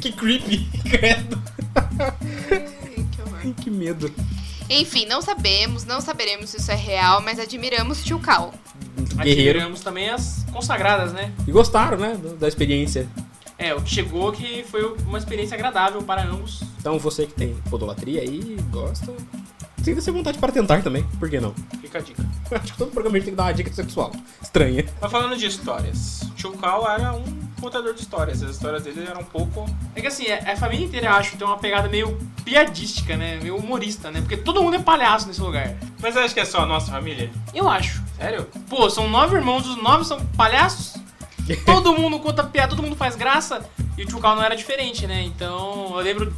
Speaker 5: que creepy, credo.
Speaker 2: Ai, que horror.
Speaker 5: Ai, que medo.
Speaker 2: Enfim, não sabemos, não saberemos se isso é real, mas admiramos tio Cal.
Speaker 5: Guerreiro.
Speaker 1: Admiramos também as consagradas, né?
Speaker 5: E gostaram, né, do- da experiência.
Speaker 1: É, o que chegou que foi uma experiência agradável para ambos.
Speaker 5: Então você que tem podolatria aí, gosta, sinta-se à vontade para tentar também. Por que não?
Speaker 4: Fica a dica.
Speaker 5: Acho que todo programa a gente tem que dar uma dica sexual. Estranha.
Speaker 4: Mas falando de histórias, Tio Cal era um contador de histórias. As histórias dele eram um pouco.
Speaker 1: É que assim, a a família inteira eu acho tem uma pegada meio piadística, né? Meio humorista, né? Porque todo mundo é palhaço nesse lugar.
Speaker 4: Mas acho que é só a nossa família.
Speaker 1: Eu acho.
Speaker 4: Sério?
Speaker 1: Pô, são nove irmãos, os nove são palhaços. Todo mundo conta piada, todo mundo faz graça. E o Tio Cal não era diferente, né? Então, eu lembro.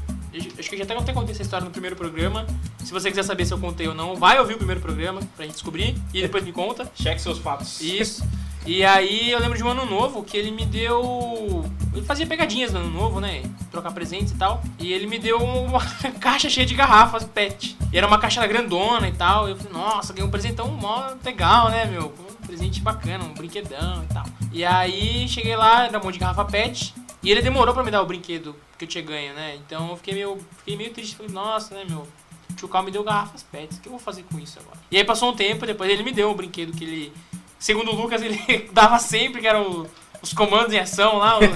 Speaker 1: Acho que eu já até até contei essa história no primeiro programa. Se você quiser saber se eu contei ou não, vai ouvir o primeiro programa pra gente descobrir. E depois me conta.
Speaker 4: Cheque seus fatos.
Speaker 1: Isso. E aí eu lembro de um ano novo que ele me deu. Ele fazia pegadinhas no ano novo, né? Trocar presentes e tal. E ele me deu uma caixa cheia de garrafas pet. E era uma caixa grandona e tal. E eu falei, nossa, ganhei um presentão mó legal, né, meu? Um presente bacana, um brinquedão e tal. E aí cheguei lá, era um monte de garrafa pet. E ele demorou pra me dar o brinquedo que eu tinha ganho, né? Então eu fiquei meio, fiquei meio triste. Falei, nossa, né, meu? O tio Cal me deu garrafas pets. O que eu vou fazer com isso agora? E aí passou um tempo, depois ele me deu um brinquedo que ele Segundo o Lucas, ele dava sempre, que eram os comandos em ação lá, o- os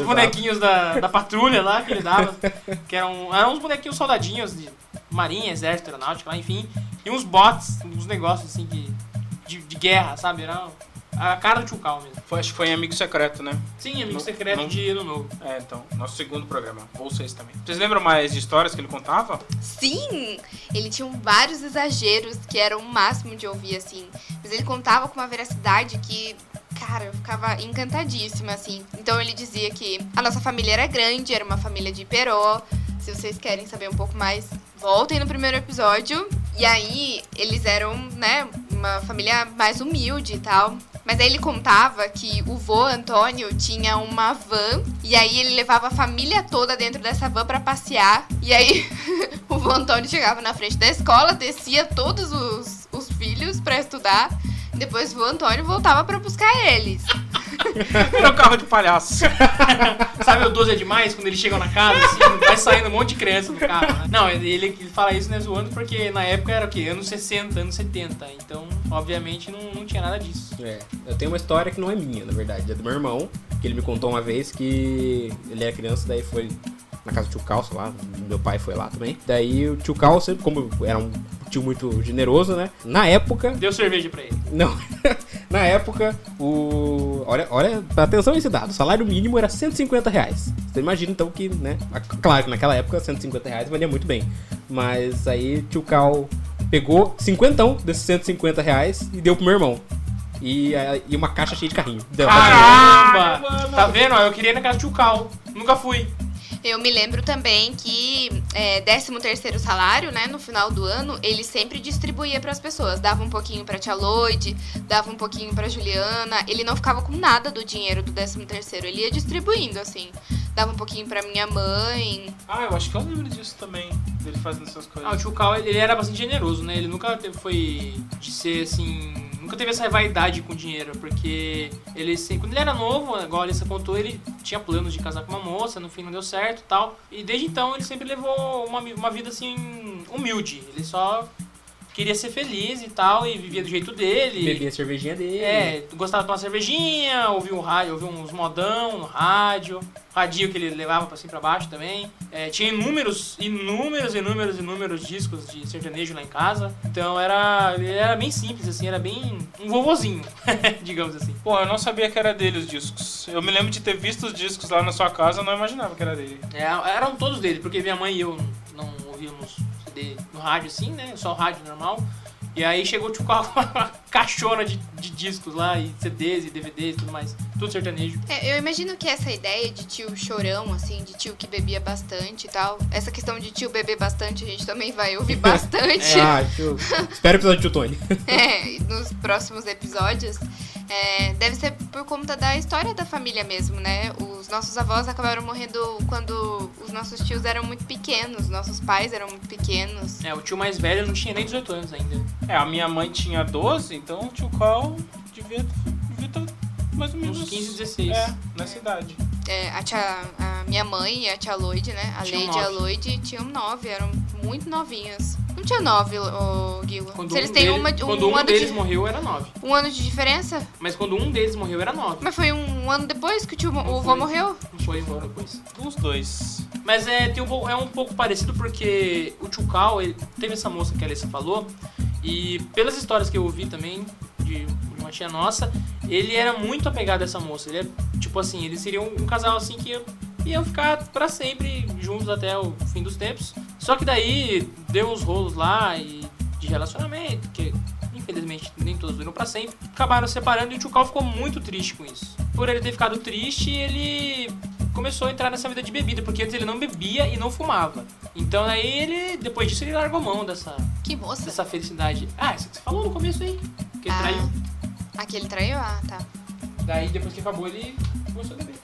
Speaker 5: Exato.
Speaker 1: bonequinhos da, da patrulha lá que ele dava, que eram, eram uns bonequinhos soldadinhos de marinha, exército, aeronáutica, lá, enfim, e uns bots, uns negócios assim que, de, de guerra, sabe? Era um, a cara do Tchucal mesmo.
Speaker 4: Foi- acho que foi em Amigo Secreto, né?
Speaker 1: Sim, amigo
Speaker 4: Não-
Speaker 1: secreto
Speaker 4: não-
Speaker 1: de ano novo.
Speaker 4: É, então, nosso segundo programa. Ou vocês também. Vocês lembram mais de histórias que ele contava?
Speaker 2: Sim! Ele tinha vários exageros que era o máximo de ouvir, assim. Mas ele contava com uma veracidade que, cara, eu ficava encantadíssima, assim. Então ele dizia que a nossa família era grande, era uma família de Iperó. Se vocês querem saber um pouco mais, voltem no primeiro episódio. E aí, eles eram, né, uma família mais humilde e tal. Mas aí ele contava que o vô Antônio tinha uma van e aí ele levava a família toda dentro dessa van pra passear. E aí o vô Antônio chegava na frente da escola, descia todos os, os filhos pra estudar. Depois o vô Antônio voltava pra buscar eles.
Speaker 4: Era um carro de palhaço.
Speaker 1: Sabe o 12 é demais quando eles chegam na casa, assim, vai saindo um monte de criança no carro. Né? Não, ele, ele fala isso, né, zoando, porque na época era o quê? Anos 60, anos 70. Então, obviamente, não, não tinha nada disso.
Speaker 5: É, eu tenho uma história que não é minha, na verdade, é do meu irmão, que ele me contou uma vez que ele era criança, daí foi na casa do tio Calço lá, meu pai foi lá também. Daí o tio Calço, como era um tio muito generoso, né? Na época,
Speaker 1: Deu cerveja pra ele.
Speaker 5: não. Na época, o. Olha, olha, presta atenção nesse dado. O salário mínimo era 150 reais. Você imagina então que, né? a- Claro que naquela época 150 reais valia muito bem. Mas aí tio Cal pegou 50 desses 150 reais e deu pro meu irmão. E, a- e uma caixa cheia de carrinho. Deu-
Speaker 1: Caramba! Tá vendo? ó? Eu queria ir na casa do Chucal. Nunca fui.
Speaker 2: Eu me lembro também que é, 13º salário, né, no final do ano, ele sempre distribuía pras pessoas. Dava um pouquinho pra tia Lloyd, dava um pouquinho pra Juliana. Ele não ficava com nada do dinheiro do 13º, ele ia distribuindo, assim. Dava um pouquinho pra minha mãe.
Speaker 4: Ah, eu acho que eu lembro disso também, dele fazendo essas
Speaker 1: Ah, o
Speaker 4: coisas.
Speaker 1: Tio Cal, ele ele era bastante generoso, né? Ele nunca teve- foi de ser assim. Nunca teve essa vaidade com dinheiro, porque ele se- quando ele era novo, igual a Alissa contou, ele tinha planos de casar com uma moça, no fim não deu certo e tal. E desde então ele sempre levou uma, mi- uma vida assim, humilde. Ele só queria ser feliz e tal, e vivia do jeito dele.
Speaker 5: Bebia a cervejinha dele.
Speaker 1: É, gostava de tomar cervejinha, ouvia um rádio, ouvia uns modão no rádio, radinho que ele levava pra cima e pra baixo também. É, tinha inúmeros, inúmeros, inúmeros, inúmeros discos de sertanejo lá em casa. Então era. Ele era bem simples, assim, era bem um vovozinho, digamos assim.
Speaker 4: Pô, eu não sabia que era dele os discos. Eu me lembro de ter visto os discos lá na sua casa, eu não imaginava que era dele.
Speaker 1: É, eram todos dele, porque minha mãe e eu não ouvíamos CD no rádio assim, né? Só o rádio normal. E aí chegou tipo, com uma caixona de, de discos lá, e CDs e DVDs e tudo mais. Tudo sertanejo.
Speaker 2: É, eu imagino que essa ideia de tio chorão, assim, de tio que bebia bastante e tal, essa questão de tio beber bastante, a gente também vai ouvir bastante.
Speaker 5: Ah, tio. Espera o episódio do tio Tony.
Speaker 2: É, nos próximos episódios. É, deve ser por conta da história da família mesmo, né? Os nossos avós acabaram morrendo quando os nossos tios eram muito pequenos, nossos pais eram muito pequenos.
Speaker 1: É, o tio mais velho não tinha nem 18 anos ainda.
Speaker 4: É, a minha mãe tinha 12, então o tio Cal devia estar mais ou menos...
Speaker 1: Uns 15, 16.
Speaker 4: É, nessa idade.
Speaker 2: É, a, tia- a minha mãe e a tia Lloyd, né? A
Speaker 1: Tinham
Speaker 2: Lady e a
Speaker 1: nove.
Speaker 2: Lloyd tinham nove, eram muito novinhas. Não tinha nove, ô Guilo.
Speaker 1: Quando
Speaker 2: Se eles
Speaker 1: um
Speaker 2: têm
Speaker 1: dele-
Speaker 2: uma, um,
Speaker 1: quando um,
Speaker 2: ano
Speaker 1: deles
Speaker 2: de,
Speaker 1: morreu, era 9.
Speaker 2: um ano de diferença?
Speaker 1: Mas quando um deles morreu, era 9.
Speaker 2: Mas foi um, ano depois que o tio,
Speaker 1: Não
Speaker 2: o avô
Speaker 1: foi.
Speaker 2: morreu?
Speaker 1: Não foi embora depois.
Speaker 4: Uns dois.
Speaker 1: Mas é, tem um, pouco- é um pouco parecido porque o Tio Cal, ele teve essa moça que a Alessa falou, e pelas histórias que eu ouvi também de, de uma tia nossa, ele era muito apegado a essa moça. Ele é, tipo assim, eles seriam um casal assim que iam ficar pra sempre juntos até o fim dos tempos. Só que daí deu uns rolos lá e de relacionamento, que infelizmente nem todos duram pra sempre, acabaram se separando e o Tio Cal ficou muito triste com isso. Por ele ter ficado triste, ele começou a entrar nessa vida de bebida, porque antes ele não bebia e não fumava. Então aí ele, depois disso, ele largou mão dessa,
Speaker 2: Que moça.
Speaker 1: dessa felicidade. Ah, isso que você falou no começo aí. Que ele
Speaker 2: Ah.
Speaker 1: traiu.
Speaker 2: Aquele traiu? Ah, tá.
Speaker 1: Daí depois que acabou ele começou a beber.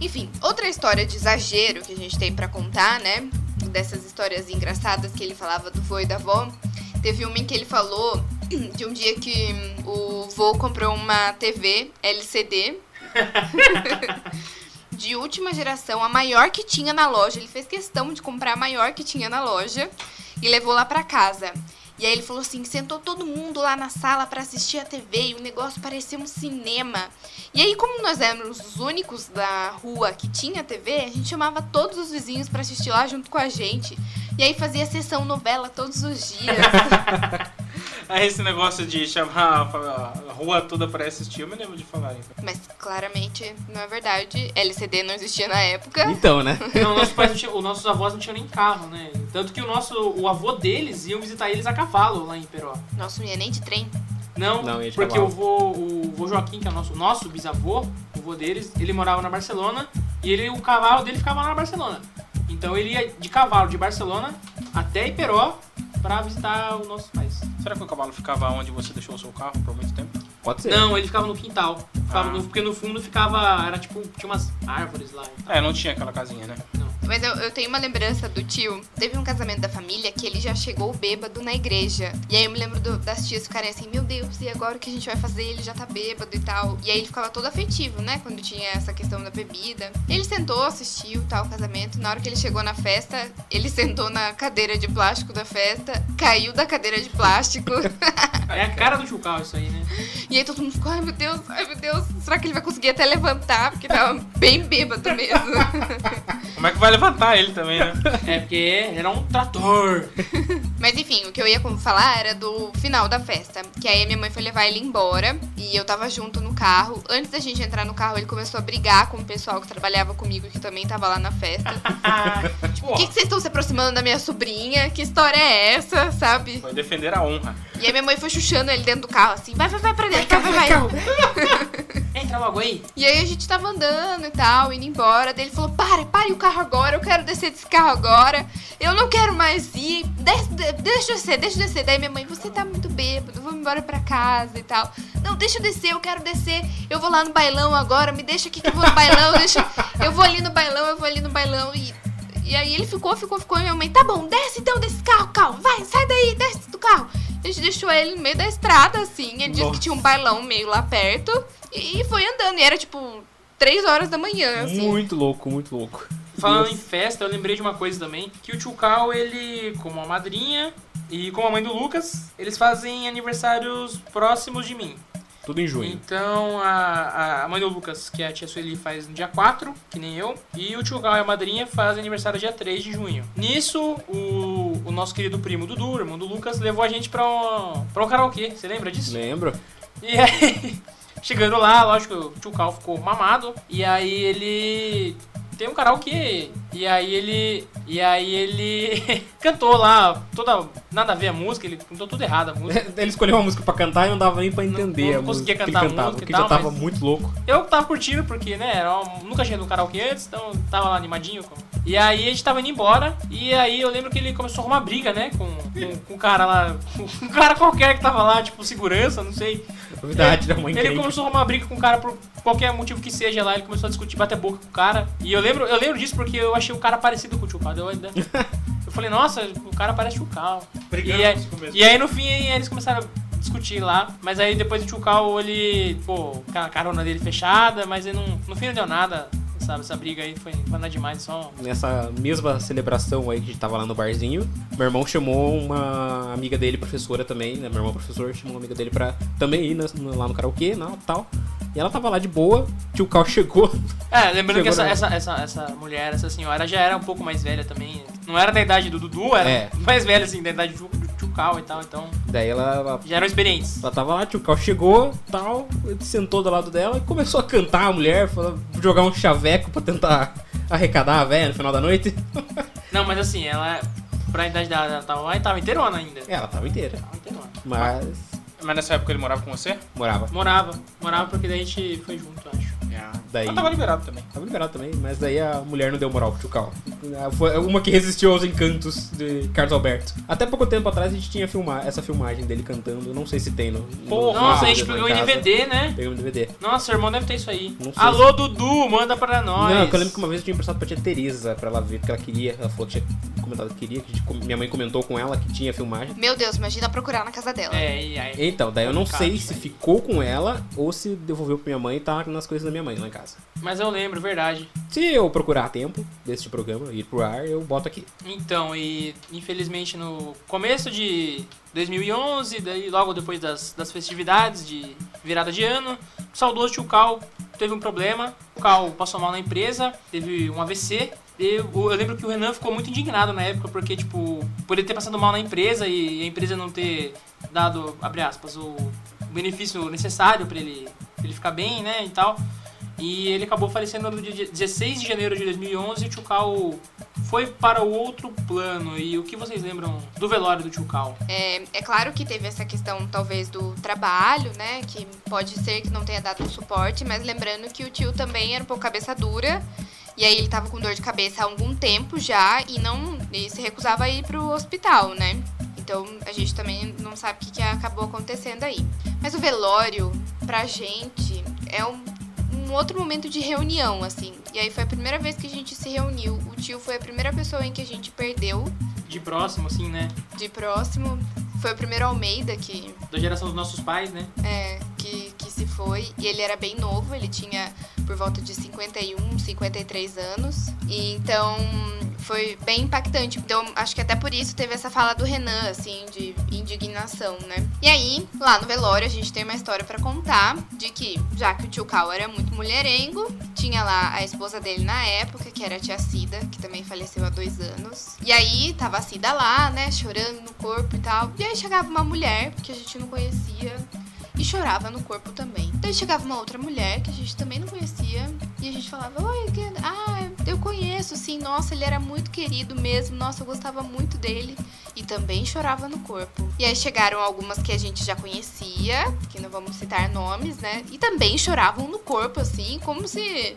Speaker 2: Enfim, outra história de exagero que a gente tem pra contar, né? Dessas histórias engraçadas que ele falava do vô e da avó. Teve uma em que ele falou de um dia que hum, o vô comprou uma TV LCD de última geração, a maior que tinha na loja. Ele fez questão de comprar a maior que tinha na loja e levou lá pra casa. E aí ele falou assim, sentou todo mundo lá na sala pra assistir a TV e o negócio parecia um cinema. E aí, como nós éramos os únicos da rua que tinha TV, a gente chamava todos os vizinhos pra assistir lá junto com a gente. E aí fazia sessão novela todos os dias.
Speaker 4: Aí É esse negócio de chamar a fa- a rua toda pra assistir, eu me lembro de falar ainda.
Speaker 2: Mas claramente não é verdade. LCD não existia na época.
Speaker 5: Então, né?
Speaker 1: Não, nossos pais não tinham, os nossos avós não tinham nem carro, né? Tanto que o nosso o avô deles iam visitar eles a cavalo lá em Peró.
Speaker 2: Nossa, não ia nem de trem.
Speaker 1: Não,
Speaker 5: Não, ia de
Speaker 1: porque o
Speaker 5: cavalo.
Speaker 1: vô, o vô Joaquim, que é o nosso, nosso bisavô, o vô deles, ele morava na Barcelona e ele, o cavalo dele ficava lá na Barcelona. Então ele ia de cavalo de Barcelona até Iperó pra visitar os nossos pais.
Speaker 4: Será que o cavalo ficava onde você deixou o seu carro por muito tempo?
Speaker 5: Pode ser.
Speaker 1: Não, ele ficava no quintal. Ficava
Speaker 4: Ah.
Speaker 1: no- porque no fundo ficava. Era tipo. Tinha umas árvores lá.
Speaker 4: É, não tinha aquela casinha, né?
Speaker 2: Mas eu, eu tenho uma lembrança do tio. Teve um casamento da família que ele já chegou bêbado na igreja. E aí eu me lembro do- das tias ficarem assim, meu Deus, e agora o que a gente vai fazer? Ele já tá bêbado e tal. E aí ele ficava todo afetivo, né? Quando tinha essa questão da bebida. Ele sentou, assistiu tal o casamento. Na hora que ele chegou na festa, ele sentou na cadeira de plástico da festa, caiu da cadeira de plástico.
Speaker 1: É a cara do Chucal isso aí, né?
Speaker 2: E aí todo mundo ficou, ai meu Deus, ai meu Deus, será que ele vai conseguir até levantar? Porque tava bem bêbado mesmo.
Speaker 9: Como é que vai levantar ele também, né?
Speaker 4: É porque era um trator.
Speaker 2: Mas enfim, o que eu ia como falar era do final da festa. Que aí minha mãe foi levar ele embora e eu tava junto no carro. Antes da gente entrar no carro, ele começou a brigar com o pessoal que trabalhava comigo, que também tava lá na festa.
Speaker 4: Tipo,
Speaker 2: Por que, que vocês estão se aproximando da minha sobrinha? Que história é essa, sabe?
Speaker 9: Vai defender a honra.
Speaker 2: E aí minha mãe foi chuchando ele dentro do carro, assim, vai, vai, vai pra dentro, vai, vai, vai.
Speaker 4: Entra logo aí.
Speaker 2: E aí a gente tava andando e tal, indo embora. Daí ele falou: para, pare o carro agora, eu quero descer desse carro agora. Eu não quero mais ir. Desce, de- deixa eu descer, deixa eu descer. Daí minha mãe, você tá muito bêbado, vamos embora pra casa e tal. Não, deixa eu descer, eu quero descer. Eu vou lá no bailão agora, me deixa aqui que eu vou no bailão, deixa. Eu vou ali no bailão, eu vou ali no bailão e. E aí ele ficou, ficou, ficou. E minha mãe, tá bom, desce então desse carro, calma, vai, sai daí, desce do carro. A gente deixou ele no meio da estrada, assim. Ele disse que tinha um bailão meio lá perto. E e foi andando. E era tipo 3 horas da manhã, assim.
Speaker 5: Muito louco, muito louco.
Speaker 4: Falando
Speaker 5: Nossa.
Speaker 4: em festa, eu lembrei de uma coisa também, que o Tio Cal, ele, como a madrinha e como a mãe do Lucas, eles fazem aniversários próximos de mim.
Speaker 5: Tudo em junho.
Speaker 4: Então, a, a- a mãe do Lucas, que é a tia Sueli, faz no dia 4, que nem eu. E o tio Gal e a madrinha fazem aniversário dia 3 de junho. Nisso, o, o nosso querido primo Dudu, irmão do Lucas, levou a gente pra um, pra um karaokê. Você lembra disso?
Speaker 5: Lembro.
Speaker 4: E aí, chegando lá, lógico, o tio Cal ficou mamado. E aí ele tem um karaokê. E aí ele. E aí ele cantou lá, toda. Nada a ver a música, ele cantou tudo errado a música.
Speaker 5: Ele escolheu uma música pra cantar e não dava nem pra entender
Speaker 4: não conseguia
Speaker 5: a música que ele
Speaker 4: cantar a
Speaker 5: cantava,
Speaker 4: música e
Speaker 5: porque já
Speaker 4: tal,
Speaker 5: tava
Speaker 4: mas-
Speaker 5: muito louco.
Speaker 4: Eu tava curtindo porque, né, era um- nunca tinha ido no karaokê antes, então tava lá animadinho. com- E aí a gente tava indo embora, e aí eu lembro que ele começou a arrumar briga, né, com, com, com um cara lá, com um cara qualquer que tava lá, tipo segurança, não sei.
Speaker 5: Novidade da mãe
Speaker 4: É. Ele
Speaker 5: crente.
Speaker 4: começou a arrumar briga com o cara por qualquer motivo que seja lá, ele começou a discutir, bater boca com o cara. E eu lembro, eu lembro disso porque eu achei o cara parecido com o Chucal. Eu, ainda- eu falei, nossa, o cara parece Chucal.
Speaker 9: Brigando
Speaker 4: E, aí-
Speaker 9: no começo.
Speaker 4: e aí no fim aí eles começaram a discutir lá, mas aí depois o Chucal, ele, pô, a carona dele fechada, mas ele não, no fim não deu nada, sabe? Essa briga aí foi, foi nada demais, só
Speaker 5: Nessa mesma celebração aí que a gente tava lá no barzinho, meu irmão chamou uma amiga dele, professora também, né? Meu irmão é professor, chamou uma amiga dele pra também ir nas- lá no karaokê, na tal. E ela tava lá de boa, tio Cal chegou.
Speaker 4: É, lembrando que
Speaker 5: Chegou
Speaker 4: essa,
Speaker 5: na-
Speaker 4: essa, essa, essa mulher, essa senhora, já era um pouco mais velha também. Não era da idade do Dudu, era
Speaker 5: É.
Speaker 4: mais velha, assim, da idade do Chucal e tal, então
Speaker 5: Daí ela, ela,
Speaker 4: já eram experientes.
Speaker 5: ela tava lá, tio Cal chegou, tal, ele sentou do lado dela e começou a cantar a mulher, falou- jogar um chaveco pra tentar arrecadar a véia no final da noite.
Speaker 4: Não, mas assim, ela. Pra idade dela, ela tava lá e tava inteirona ainda.
Speaker 5: ela tava inteira,
Speaker 4: Tava inteirona.
Speaker 5: mas
Speaker 9: Mas nessa época ele morava com você?
Speaker 5: morava.
Speaker 4: Morava, morava porque daí a gente foi junto, né? eu acho.
Speaker 5: Daí...
Speaker 9: Ela tava liberado também.
Speaker 5: Tava liberado também, mas daí a mulher não deu moral pro Chucal. Foi uma que resistiu aos encantos de Carlos Alberto. Até pouco tempo atrás a gente tinha filmar, essa filmagem dele cantando, não sei se tem no. no-
Speaker 9: Porra,
Speaker 5: no-
Speaker 4: Nossa, a gente
Speaker 5: lá em
Speaker 4: pegou em
Speaker 5: casa.
Speaker 4: DVD, né?
Speaker 5: Pegamos em DVD.
Speaker 4: Nossa, seu irmão deve ter isso aí.
Speaker 5: Não sei.
Speaker 4: Alô, Dudu, manda pra nós.
Speaker 5: Não, é que eu lembro que uma vez eu tinha emprestado pra tia Tereza pra ela ver, porque ela queria. Ela falou que tinha comentado que queria, que a gente com- minha mãe comentou com ela que tinha filmagem.
Speaker 2: Meu Deus, imagina procurar na casa dela.
Speaker 4: É, e aí?
Speaker 5: Então, daí eu não
Speaker 4: Cara,
Speaker 5: sei
Speaker 4: isso
Speaker 5: se
Speaker 4: aí.
Speaker 5: ficou com ela ou se devolveu pra minha mãe e tá nas coisas da minha mãe lá em casa.
Speaker 4: Mas eu lembro, verdade.
Speaker 5: Se eu procurar a tempo deste programa, ir pro ar, eu boto aqui.
Speaker 4: Então, e infelizmente no começo de 2011, daí logo depois das, das festividades de virada de ano, o saudoso tio Cal teve um problema. O Cal passou mal na empresa, teve um AVC. E eu, eu lembro que o Renan ficou muito indignado na época, porque, tipo, por ele ter passado mal na empresa e a empresa não ter dado, abre aspas, o benefício necessário pra ele, pra ele ficar bem, né, e tal. E ele acabou falecendo no dia 16 de janeiro de 2011 e o Tchukal foi para o outro plano. E o que vocês lembram do velório do Tchukal?
Speaker 2: É, é claro que teve essa questão, talvez, do trabalho, né? Que pode ser que não tenha dado um suporte, mas lembrando que o tio também era um pouco cabeça dura. E aí ele tava com dor de cabeça há algum tempo já e não e se recusava a ir pro hospital, né? Então a gente também não sabe o que, que acabou acontecendo aí. Mas o velório, pra gente, é um, um outro momento de reunião, assim. E aí foi a primeira vez que a gente se reuniu. O tio foi a primeira pessoa em que a gente perdeu
Speaker 4: De próximo, assim, né?
Speaker 2: de próximo. Foi o primeiro Almeida que,
Speaker 4: Da geração dos nossos pais, né?
Speaker 2: é, que, que se foi. E ele era bem novo, um, ele tinha por volta de 51, 53 anos. E então foi foi bem impactante. Então, acho que até por isso teve essa fala do Renan, assim, de indignação, né? E aí, lá no velório, a gente tem uma história pra contar de que, já que o tio Cal era muito mulherengo, tinha lá a esposa dele na época, que era a tia Cida, que também faleceu há dois anos. E aí, tava a Cida lá, né, chorando no corpo e tal. E aí chegava uma mulher que a gente não conhecia, e chorava no corpo também. Daí chegava uma outra mulher que a gente também não conhecia e a gente falava: Oi, que... ah, eu conheço, sim, nossa, ele era muito querido mesmo, nossa, eu gostava muito dele e também chorava no corpo. E aí chegaram algumas que a gente já conhecia, que não vamos citar nomes, né? E também choravam no corpo, assim, como se,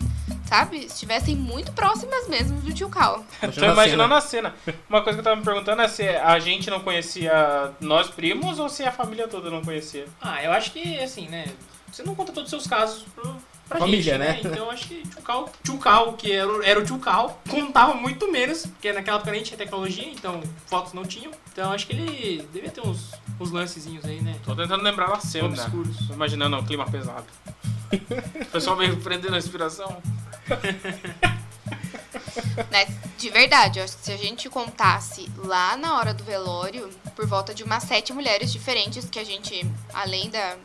Speaker 2: sabe, estivessem muito próximas mesmo do tio Cal.
Speaker 1: Tô imaginando a cena. Uma coisa que eu tava me perguntando é se a gente não conhecia nós primos ou se a família toda não conhecia.
Speaker 4: Ah, eu acho que, assim, né? Você não conta todos os seus casos pro, pra
Speaker 5: Família,
Speaker 4: gente,
Speaker 5: né?
Speaker 4: Então eu acho que tio Cal, tio Cal, que era, o- era o
Speaker 1: um
Speaker 4: tio Cal, contava muito menos, porque naquela época nem tinha tecnologia, então fotos não tinham. Então eu acho que ele devia ter uns, uns lancezinhos aí, né?
Speaker 1: Tô tentando lembrar a cena.
Speaker 4: Obscuros.
Speaker 1: Tô imaginando um clima pesado. O pessoal meio prendendo a respiração.
Speaker 2: Mas, Né, de verdade, eu acho que se a gente contasse lá na hora do velório, por volta de umas sete mulheres diferentes, que a gente, além da,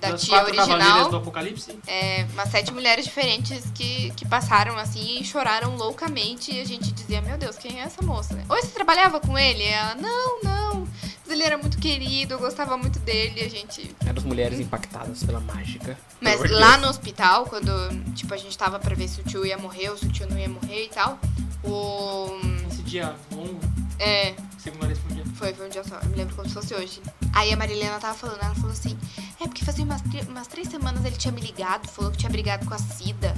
Speaker 2: da
Speaker 4: Das
Speaker 2: tia
Speaker 4: quatro então. cavaleiras do
Speaker 2: original,
Speaker 4: Apocalipse.
Speaker 2: é, umas sete mulheres diferentes que, que passaram assim e choraram loucamente. E a gente dizia: Meu Deus, quem é essa moça? Oi, você trabalhava com ele? E Ela, não, não. Mas ele era muito querido, eu gostava muito dele. E a gente
Speaker 5: Eram as mulheres impactadas pela mágica.
Speaker 2: mas lá no hospital, quando, tipo, a gente tava pra ver se o tio ia morrer ou se o tio não ia morrer e tal, o...
Speaker 4: Esse dia longo,
Speaker 2: É,
Speaker 4: segunda vez por dia.
Speaker 2: foi, foi um dia só, eu me lembro como se fosse hoje. Aí a Marilena tava falando, ela falou assim, é porque fazia umas, tri- umas três semanas ele tinha me ligado, falou que tinha brigado com a Cida,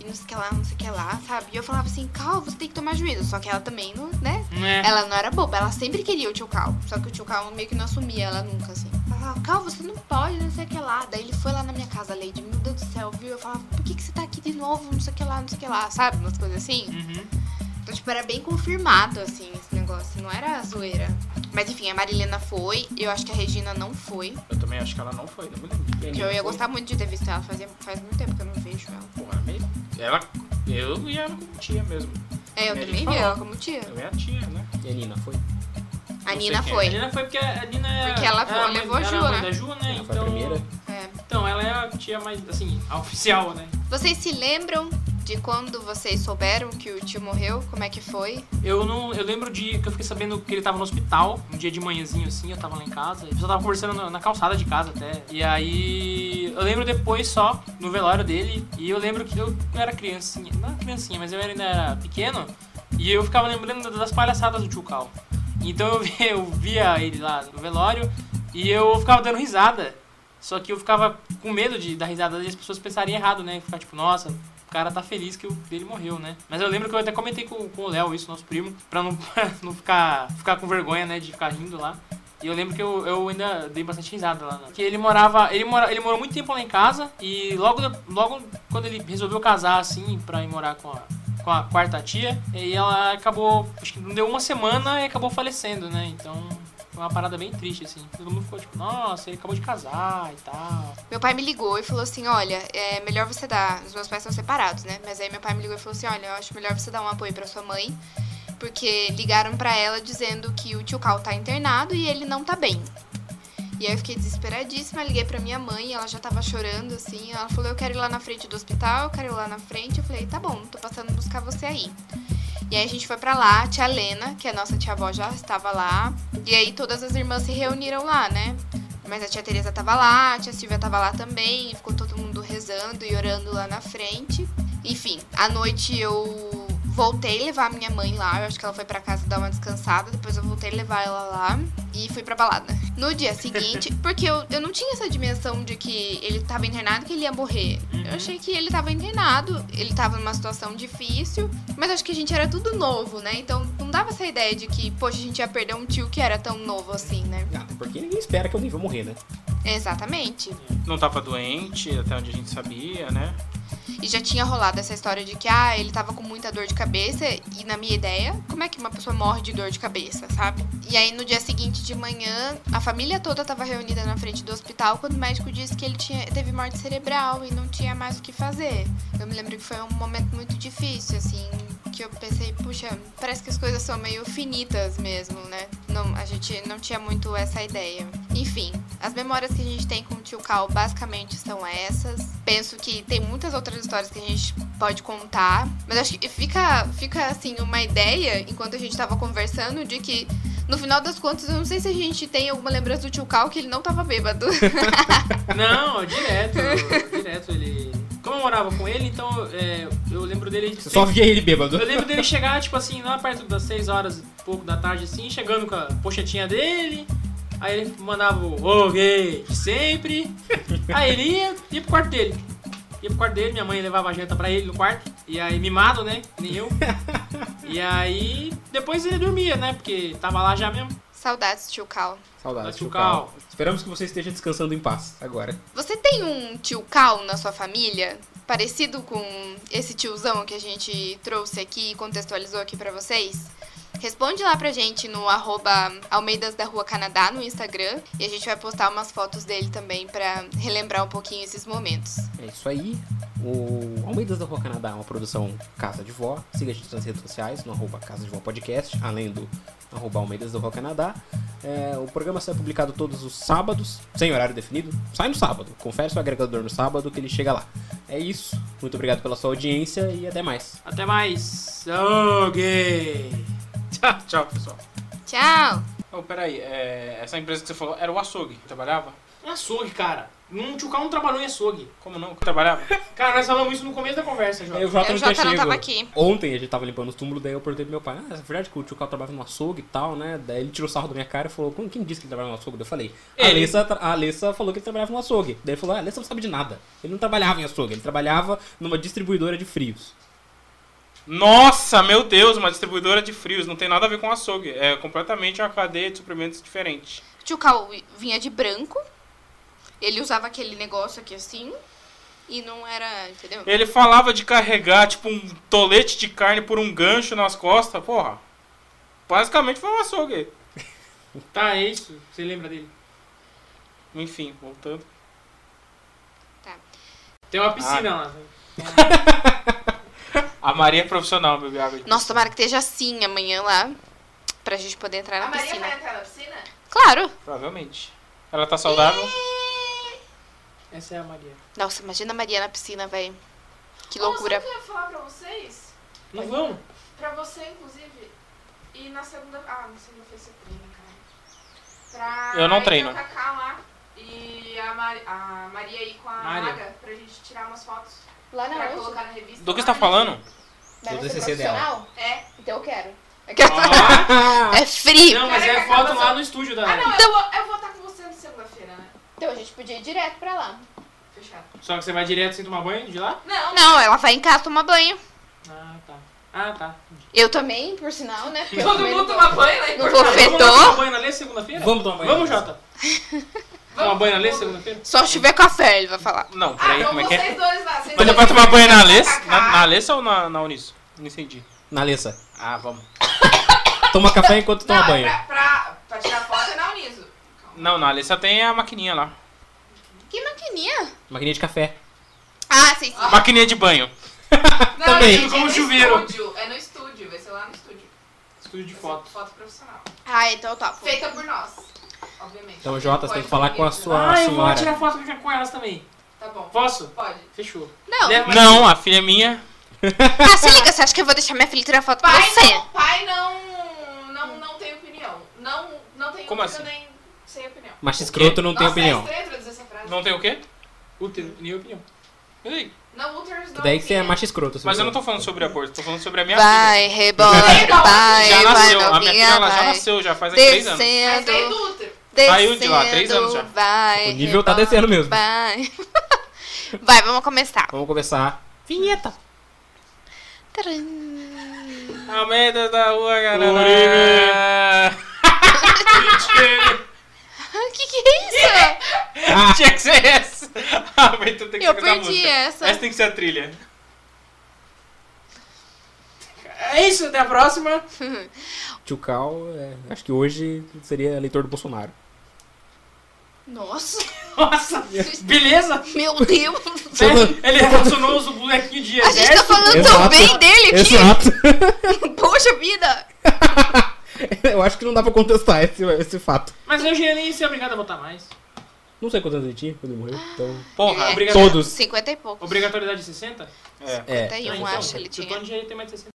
Speaker 2: e não sei o que lá, não sei o que lá, sabe? E eu falava assim, Cal, você tem que tomar juízo, só que ela também não, né?
Speaker 4: É.
Speaker 2: Ela não era boba, ela sempre queria o tio Cal. Só que o tio Cal meio que não assumia ela nunca, assim. Ela falava, Cal, você não pode, não sei o que lá. Daí ele foi lá na minha casa, Lady, meu Deus do céu, viu? Eu falava, por que, que você tá aqui de novo, não sei o que lá, não sei o que lá, sabe? Umas coisas assim.
Speaker 1: Uhum.
Speaker 2: Então, tipo, era bem confirmado, assim, esse negócio. Não era zoeira. Mas enfim, a Marilena foi, eu acho que a Regina não foi.
Speaker 1: Eu também acho que ela não foi, não me lembro.
Speaker 2: Porque eu ia gostar muito de ter visto ela, fazia, faz muito tempo que eu não vejo ela.
Speaker 1: Porra, meio... Ela... Eu e ela como tia mesmo. E
Speaker 2: É, eu
Speaker 1: a
Speaker 2: também
Speaker 1: gente
Speaker 2: vi
Speaker 1: falou.
Speaker 2: ela como tia.
Speaker 1: Eu e a tia, né?
Speaker 5: E a Nina foi?
Speaker 2: A
Speaker 1: Não sei
Speaker 2: Nina
Speaker 1: quem é.
Speaker 4: A
Speaker 2: foi.
Speaker 4: Nina foi porque a Nina é.
Speaker 2: Porque ela
Speaker 4: era a mãe-
Speaker 2: levou a
Speaker 4: era
Speaker 2: Ju,
Speaker 4: mãe
Speaker 2: né?
Speaker 4: da Ju, né?
Speaker 5: Ela
Speaker 4: então,
Speaker 5: foi a primeira.
Speaker 2: É.
Speaker 4: Então, ela é a tia mais, assim, a oficial, né?
Speaker 2: Vocês se lembram de quando vocês souberam que o tio morreu? Como é que foi?
Speaker 4: Eu não. Eu lembro de que eu fiquei sabendo que ele tava no hospital, um dia de manhãzinho assim, eu tava lá em casa. Eu só tava conversando na, na calçada de casa até. E aí. Eu lembro depois só, no velório dele. E eu lembro que eu era criancinha. Não era criancinha, mas eu ainda era pequeno. E eu ficava lembrando das palhaçadas do tio Cal. Então eu, vi- eu via ele lá no velório e eu ficava dando risada. Só que eu ficava com medo de dar risada e as pessoas pensarem errado, né? Ficar tipo, nossa, o cara tá feliz que o dele morreu, né? Mas eu lembro que eu até comentei com, com o Léo, isso, nosso primo, pra não, pra não ficar, ficar com vergonha, né? De ficar rindo lá. E eu lembro que eu, eu ainda dei bastante risada lá. né? Porque ele morava. Ele, mora, ele morou muito tempo lá em casa. E logo, logo quando ele resolveu casar, assim, pra ir morar com a, com a quarta tia, e ela acabou. Acho que não deu uma semana e acabou falecendo, né? Então. Foi uma parada bem triste, assim. Todo mundo ficou tipo, nossa, ele acabou de casar e tal.
Speaker 2: Meu pai me ligou e falou assim: olha, é melhor você dar. Os meus pais são separados, né? Mas aí meu pai me ligou e falou assim: olha, eu acho melhor você dar um apoio pra sua mãe, porque ligaram pra ela dizendo que o tio Cal tá internado e ele não tá bem. E aí eu fiquei desesperadíssima, liguei pra minha mãe, ela já tava chorando, assim. Ela falou: eu quero ir lá na frente do hospital, eu quero ir lá na frente. Eu falei: tá bom, tô passando buscar você aí. E aí a gente foi pra lá, a tia Lena, que é a nossa tia-avó, já estava lá. E aí todas as irmãs se reuniram lá, né? Mas a tia Teresa tava lá, a tia Silvia tava lá também, e ficou todo mundo rezando e orando lá na frente. Enfim, à noite eu voltei levar minha mãe lá, eu acho que ela foi pra casa dar uma descansada, depois eu voltei levar ela lá e fui pra balada. No dia seguinte, porque eu, eu não tinha essa dimensão de que ele tava internado e que ele ia morrer. Eu achei que ele tava internado, ele tava numa situação difícil, mas acho que a gente era tudo novo, né? Então não dava essa ideia de que, poxa, a gente ia perder um tio que era tão novo assim, né?
Speaker 5: Ah, até porque ninguém espera que alguém vai morrer, né?
Speaker 2: Exatamente.
Speaker 1: Não tava doente, até onde a gente sabia, né?
Speaker 2: E já tinha rolado essa história de que, ah, ele tava com muita dor de cabeça. E na minha ideia, como é que uma pessoa morre de dor de cabeça, sabe? E aí no dia seguinte de manhã, a família toda tava reunida na frente do hospital quando o médico disse que ele tinha, teve morte cerebral e não tinha mais o que fazer. Eu me lembro que foi um momento muito difícil, assim. que eu pensei, puxa, parece que as coisas são meio finitas mesmo, né? Não, a gente não tinha muito essa ideia. Enfim, as memórias que a gente tem com o tio Cal basicamente são essas. Penso que tem muitas outras histórias que a gente pode contar, mas acho que fica, fica assim uma ideia enquanto a gente tava conversando de que no final das contas, eu não sei se a gente tem alguma lembrança do tio Cal que ele não tava bêbado.
Speaker 10: Não, direto, direto ele. Como eu morava com ele, então é, eu lembro dele.
Speaker 5: Você só via ele bêbado.
Speaker 10: Eu lembro dele chegar, tipo assim, lá perto das 6 horas e pouco da tarde, assim, chegando com a pochetinha dele. Aí ele mandava o "Ô, gay de sempre. Aí ele ia, ia pro quarto dele. Ia pro quarto dele, minha mãe levava a janta pra ele no quarto. E aí, mimado, né? Que nem eu. E aí, depois ele dormia, né? Porque tava lá já mesmo.
Speaker 2: Saudades, tio Cal.
Speaker 5: Saudades,
Speaker 10: Saudades,
Speaker 5: tio
Speaker 10: tio Cal.
Speaker 5: Cal. Esperamos que você esteja descansando em paz agora.
Speaker 2: Você tem um tio Cal na sua família? Parecido com esse tiozão que a gente trouxe aqui e contextualizou aqui pra vocês? Responde lá pra gente no arroba Almeidas da Rua Canadá no Instagram e a gente vai postar umas fotos dele também pra relembrar um pouquinho esses momentos.
Speaker 5: É isso aí. O Almeidas da Rua Canadá é uma produção Casa de Vó. Siga a gente nas redes sociais, no arroba Casa de Vó Podcast, além do arroba Almeidas da Rua Canadá. É, o programa será publicado todos os sábados, sem horário definido. Sai no sábado. Confere seu agregador no sábado que ele chega lá. É isso. Muito obrigado pela sua audiência e até mais.
Speaker 10: Até mais.
Speaker 1: Ô, gay!
Speaker 4: Tchau, tchau, pessoal.
Speaker 2: Tchau!
Speaker 4: Oh, peraí, é, essa empresa que você falou era o açougue que trabalhava?
Speaker 10: Em açougue, cara. Não, o tio Cal não trabalhou em açougue.
Speaker 4: Como não? Que trabalhava?
Speaker 10: Cara, nós falamos isso no começo da conversa, Jota.
Speaker 5: o Jota
Speaker 2: Eu,
Speaker 5: não
Speaker 2: Jota,
Speaker 5: tinha
Speaker 2: não
Speaker 5: chego.
Speaker 2: tava aqui.
Speaker 5: Ontem a gente tava limpando os túmulos, daí eu perguntei pro meu pai, ah, é verdade que o tio Cal trabalha no açougue e tal, né? Daí ele tirou sarro da minha cara e falou, "Como- quem disse que ele trabalha no açougue? Daí Eu falei, a
Speaker 4: Ele.
Speaker 5: Alessa, tra- a Alessa falou que ele trabalhava no açougue. Daí ele falou, ah, a Alessa não sabe de nada. Ele não trabalhava em açougue, ele trabalhava numa distribuidora de frios.
Speaker 4: Nossa, meu Deus, uma distribuidora de frios. Não tem nada a ver com açougue. É completamente uma cadeia de suprimentos diferente.
Speaker 2: O tio Cal vinha de branco. Ele usava aquele negócio aqui assim. E não era, entendeu?
Speaker 4: Ele falava de carregar, tipo, um tolete de carne por um gancho nas costas. Porra, basicamente foi um açougue.
Speaker 1: Ah,
Speaker 10: Tá, é isso. Você lembra dele?
Speaker 4: Enfim, voltando.
Speaker 10: Tem uma piscina
Speaker 5: Ah.
Speaker 10: lá.
Speaker 4: A Maria é profissional, bebe água. de-
Speaker 2: Nossa, tomara que esteja assim amanhã lá. Pra gente poder entrar na
Speaker 3: A Maria
Speaker 2: piscina.
Speaker 3: vai entrar na piscina?
Speaker 2: Claro!
Speaker 4: Provavelmente. Ela tá saudável?
Speaker 10: Essa é a Maria.
Speaker 2: Nossa, imagina a Maria na piscina, velho. Que
Speaker 3: Ou
Speaker 2: loucura.
Speaker 3: Sabe o que eu ia falar pra vocês?
Speaker 10: Não vão?
Speaker 3: Pra você, inclusive. E na segunda. Ah, na segunda-feira você treina, cara. Pra
Speaker 4: Eu não
Speaker 3: ir
Speaker 4: treino.
Speaker 3: com a Cacá lá. E a, Mar... a Maria aí com a
Speaker 10: Maria.
Speaker 3: Maga pra gente tirar umas fotos
Speaker 2: Lá
Speaker 3: pra colocar na revista.
Speaker 4: Do que você tá falando?
Speaker 5: Do TCC dela.
Speaker 3: É.
Speaker 2: Então eu quero.
Speaker 10: Ah,
Speaker 2: É free!
Speaker 10: não, mas é foto lá no estúdio da.
Speaker 3: Ah, não, eu, vou, eu vou estar com você na segunda-feira, né?
Speaker 2: Então a gente podia ir direto pra lá.
Speaker 3: Fechado.
Speaker 10: Só que você vai direto sem tomar banho de lá?
Speaker 3: Não,
Speaker 2: Não, ela vai em casa tomar banho.
Speaker 10: Ah, tá. Ah, tá.
Speaker 2: Eu também, por sinal, né? Porque eu
Speaker 3: todo
Speaker 2: também
Speaker 3: mundo
Speaker 2: não vou-
Speaker 3: toma banho né? lá em
Speaker 2: Não vou
Speaker 3: Porto
Speaker 10: Vamos lá tomar
Speaker 2: fedor.
Speaker 10: banho na Lê segunda-feira?
Speaker 5: Vamos tomar banho.
Speaker 10: Vamos, Jota. Tomar banho na Lê segunda-feira?
Speaker 2: Só se tiver café, ele vai falar.
Speaker 4: Não,
Speaker 3: Ah,
Speaker 4: peraí,
Speaker 3: então
Speaker 4: como é que é?
Speaker 3: vocês dois lá.
Speaker 4: Mas
Speaker 3: Vocês
Speaker 4: é
Speaker 3: dois
Speaker 4: pra tomar banho na
Speaker 3: Lê?
Speaker 4: Alessa? Na, na Alessa ou na, na Unisso? Não entendi.
Speaker 5: Na Alessa,
Speaker 4: Ah, vamos.
Speaker 5: toma café enquanto
Speaker 3: Não,
Speaker 5: toma
Speaker 3: é
Speaker 5: banho.
Speaker 3: pra, pra, pra tirar foto é na Uniso.
Speaker 4: Não, na Alessa tem a maquininha lá.
Speaker 2: Que maquininha?
Speaker 5: Maquininha de café.
Speaker 2: Ah, sim, sim.
Speaker 4: Maquininha de banho.
Speaker 3: Não,
Speaker 5: Também.
Speaker 3: gente,
Speaker 10: Como
Speaker 3: é no
Speaker 10: chuveiro.
Speaker 3: Estúdio, é no estúdio, vai ser lá no estúdio.
Speaker 10: Estúdio de
Speaker 3: Vai ser
Speaker 10: foto.
Speaker 3: Foto profissional.
Speaker 2: Ah, então eu topo.
Speaker 3: Feita por nós, obviamente.
Speaker 5: Então, Jota, você tem que falar com a sua
Speaker 10: Ah, eu vou
Speaker 5: senhora.
Speaker 10: tirar foto com- com elas também.
Speaker 3: Tá bom,
Speaker 10: Posso?
Speaker 3: pode.
Speaker 10: Fechou.
Speaker 2: Não.
Speaker 10: Leva-
Speaker 4: Não, a filha é minha.
Speaker 2: Ah, se liga, você acha que eu vou deixar minha filha tirar foto com
Speaker 3: Pai
Speaker 2: você?
Speaker 3: não, pai não, não, não tem opinião. Não, não tem
Speaker 4: Como assim?
Speaker 3: opinião nem sem opinião.
Speaker 5: Macho escroto não tem
Speaker 3: Nossa, é
Speaker 5: opinião.
Speaker 3: estranho traduzir essa frase.
Speaker 4: Não tem o quê?
Speaker 10: Útero, minha opinião.
Speaker 4: Peraí.
Speaker 3: Não, Ultras não
Speaker 5: Daí que você é
Speaker 3: opiniam.
Speaker 5: macho escroto. seu
Speaker 4: Mas eu não tô
Speaker 5: escroto.
Speaker 4: falando sobre aborto, tô falando sobre a minha
Speaker 2: Vai, rebola,
Speaker 3: Não,
Speaker 4: filha.
Speaker 2: vai,
Speaker 4: Já
Speaker 2: vai,
Speaker 4: nasceu, a minha
Speaker 2: novinha,
Speaker 4: filha ela já
Speaker 2: vai.
Speaker 4: nasceu, já faz aí três anos.
Speaker 3: Mas vem
Speaker 2: Descendo,
Speaker 3: do útero.
Speaker 4: Saiu de lá, três anos já.
Speaker 2: descendo, vai.
Speaker 5: O nível tá
Speaker 2: rebola,
Speaker 5: descendo mesmo.
Speaker 2: Vai. Vai, vamos começar.
Speaker 5: Vamos começar. Vinheta.
Speaker 2: Tcharam.
Speaker 4: A merda da rua, galera.
Speaker 1: Uribe.
Speaker 2: Que que é isso?
Speaker 4: Tinha que ser essa. Ah, mas tu tem que
Speaker 2: Eu
Speaker 4: ser da
Speaker 2: perdi
Speaker 4: música.
Speaker 2: essa.
Speaker 4: Essa tem que ser a trilha.
Speaker 10: É isso, até a próxima.
Speaker 5: Tio Cal, é, acho que hoje seria eleitor do Bolsonaro.
Speaker 2: Nossa.
Speaker 1: Nossa, beleza?
Speaker 2: Meu Deus!
Speaker 5: Você não-
Speaker 1: Né? Ele relacionou os bonequinhos de
Speaker 2: A gente tá
Speaker 1: exército.
Speaker 2: falando tão
Speaker 5: Exato.
Speaker 2: bem dele aqui!
Speaker 5: Exato.
Speaker 2: Poxa vida!
Speaker 5: Eu acho que não dá pra contestar esse, esse fato.
Speaker 1: Mas eu já nem ser obrigado a botar mais.
Speaker 5: Não sei quantos anos ele tinha quando ele morreu, então...
Speaker 4: Porra,
Speaker 2: É.
Speaker 1: Obriga-
Speaker 5: Todos.
Speaker 2: 50 e poucos.
Speaker 1: Obrigatoriedade de 60?
Speaker 4: É.
Speaker 5: É.
Speaker 2: Até eu
Speaker 1: então,
Speaker 2: acho que ele
Speaker 1: se o
Speaker 2: tinha.
Speaker 1: Tony já tem mais de 60.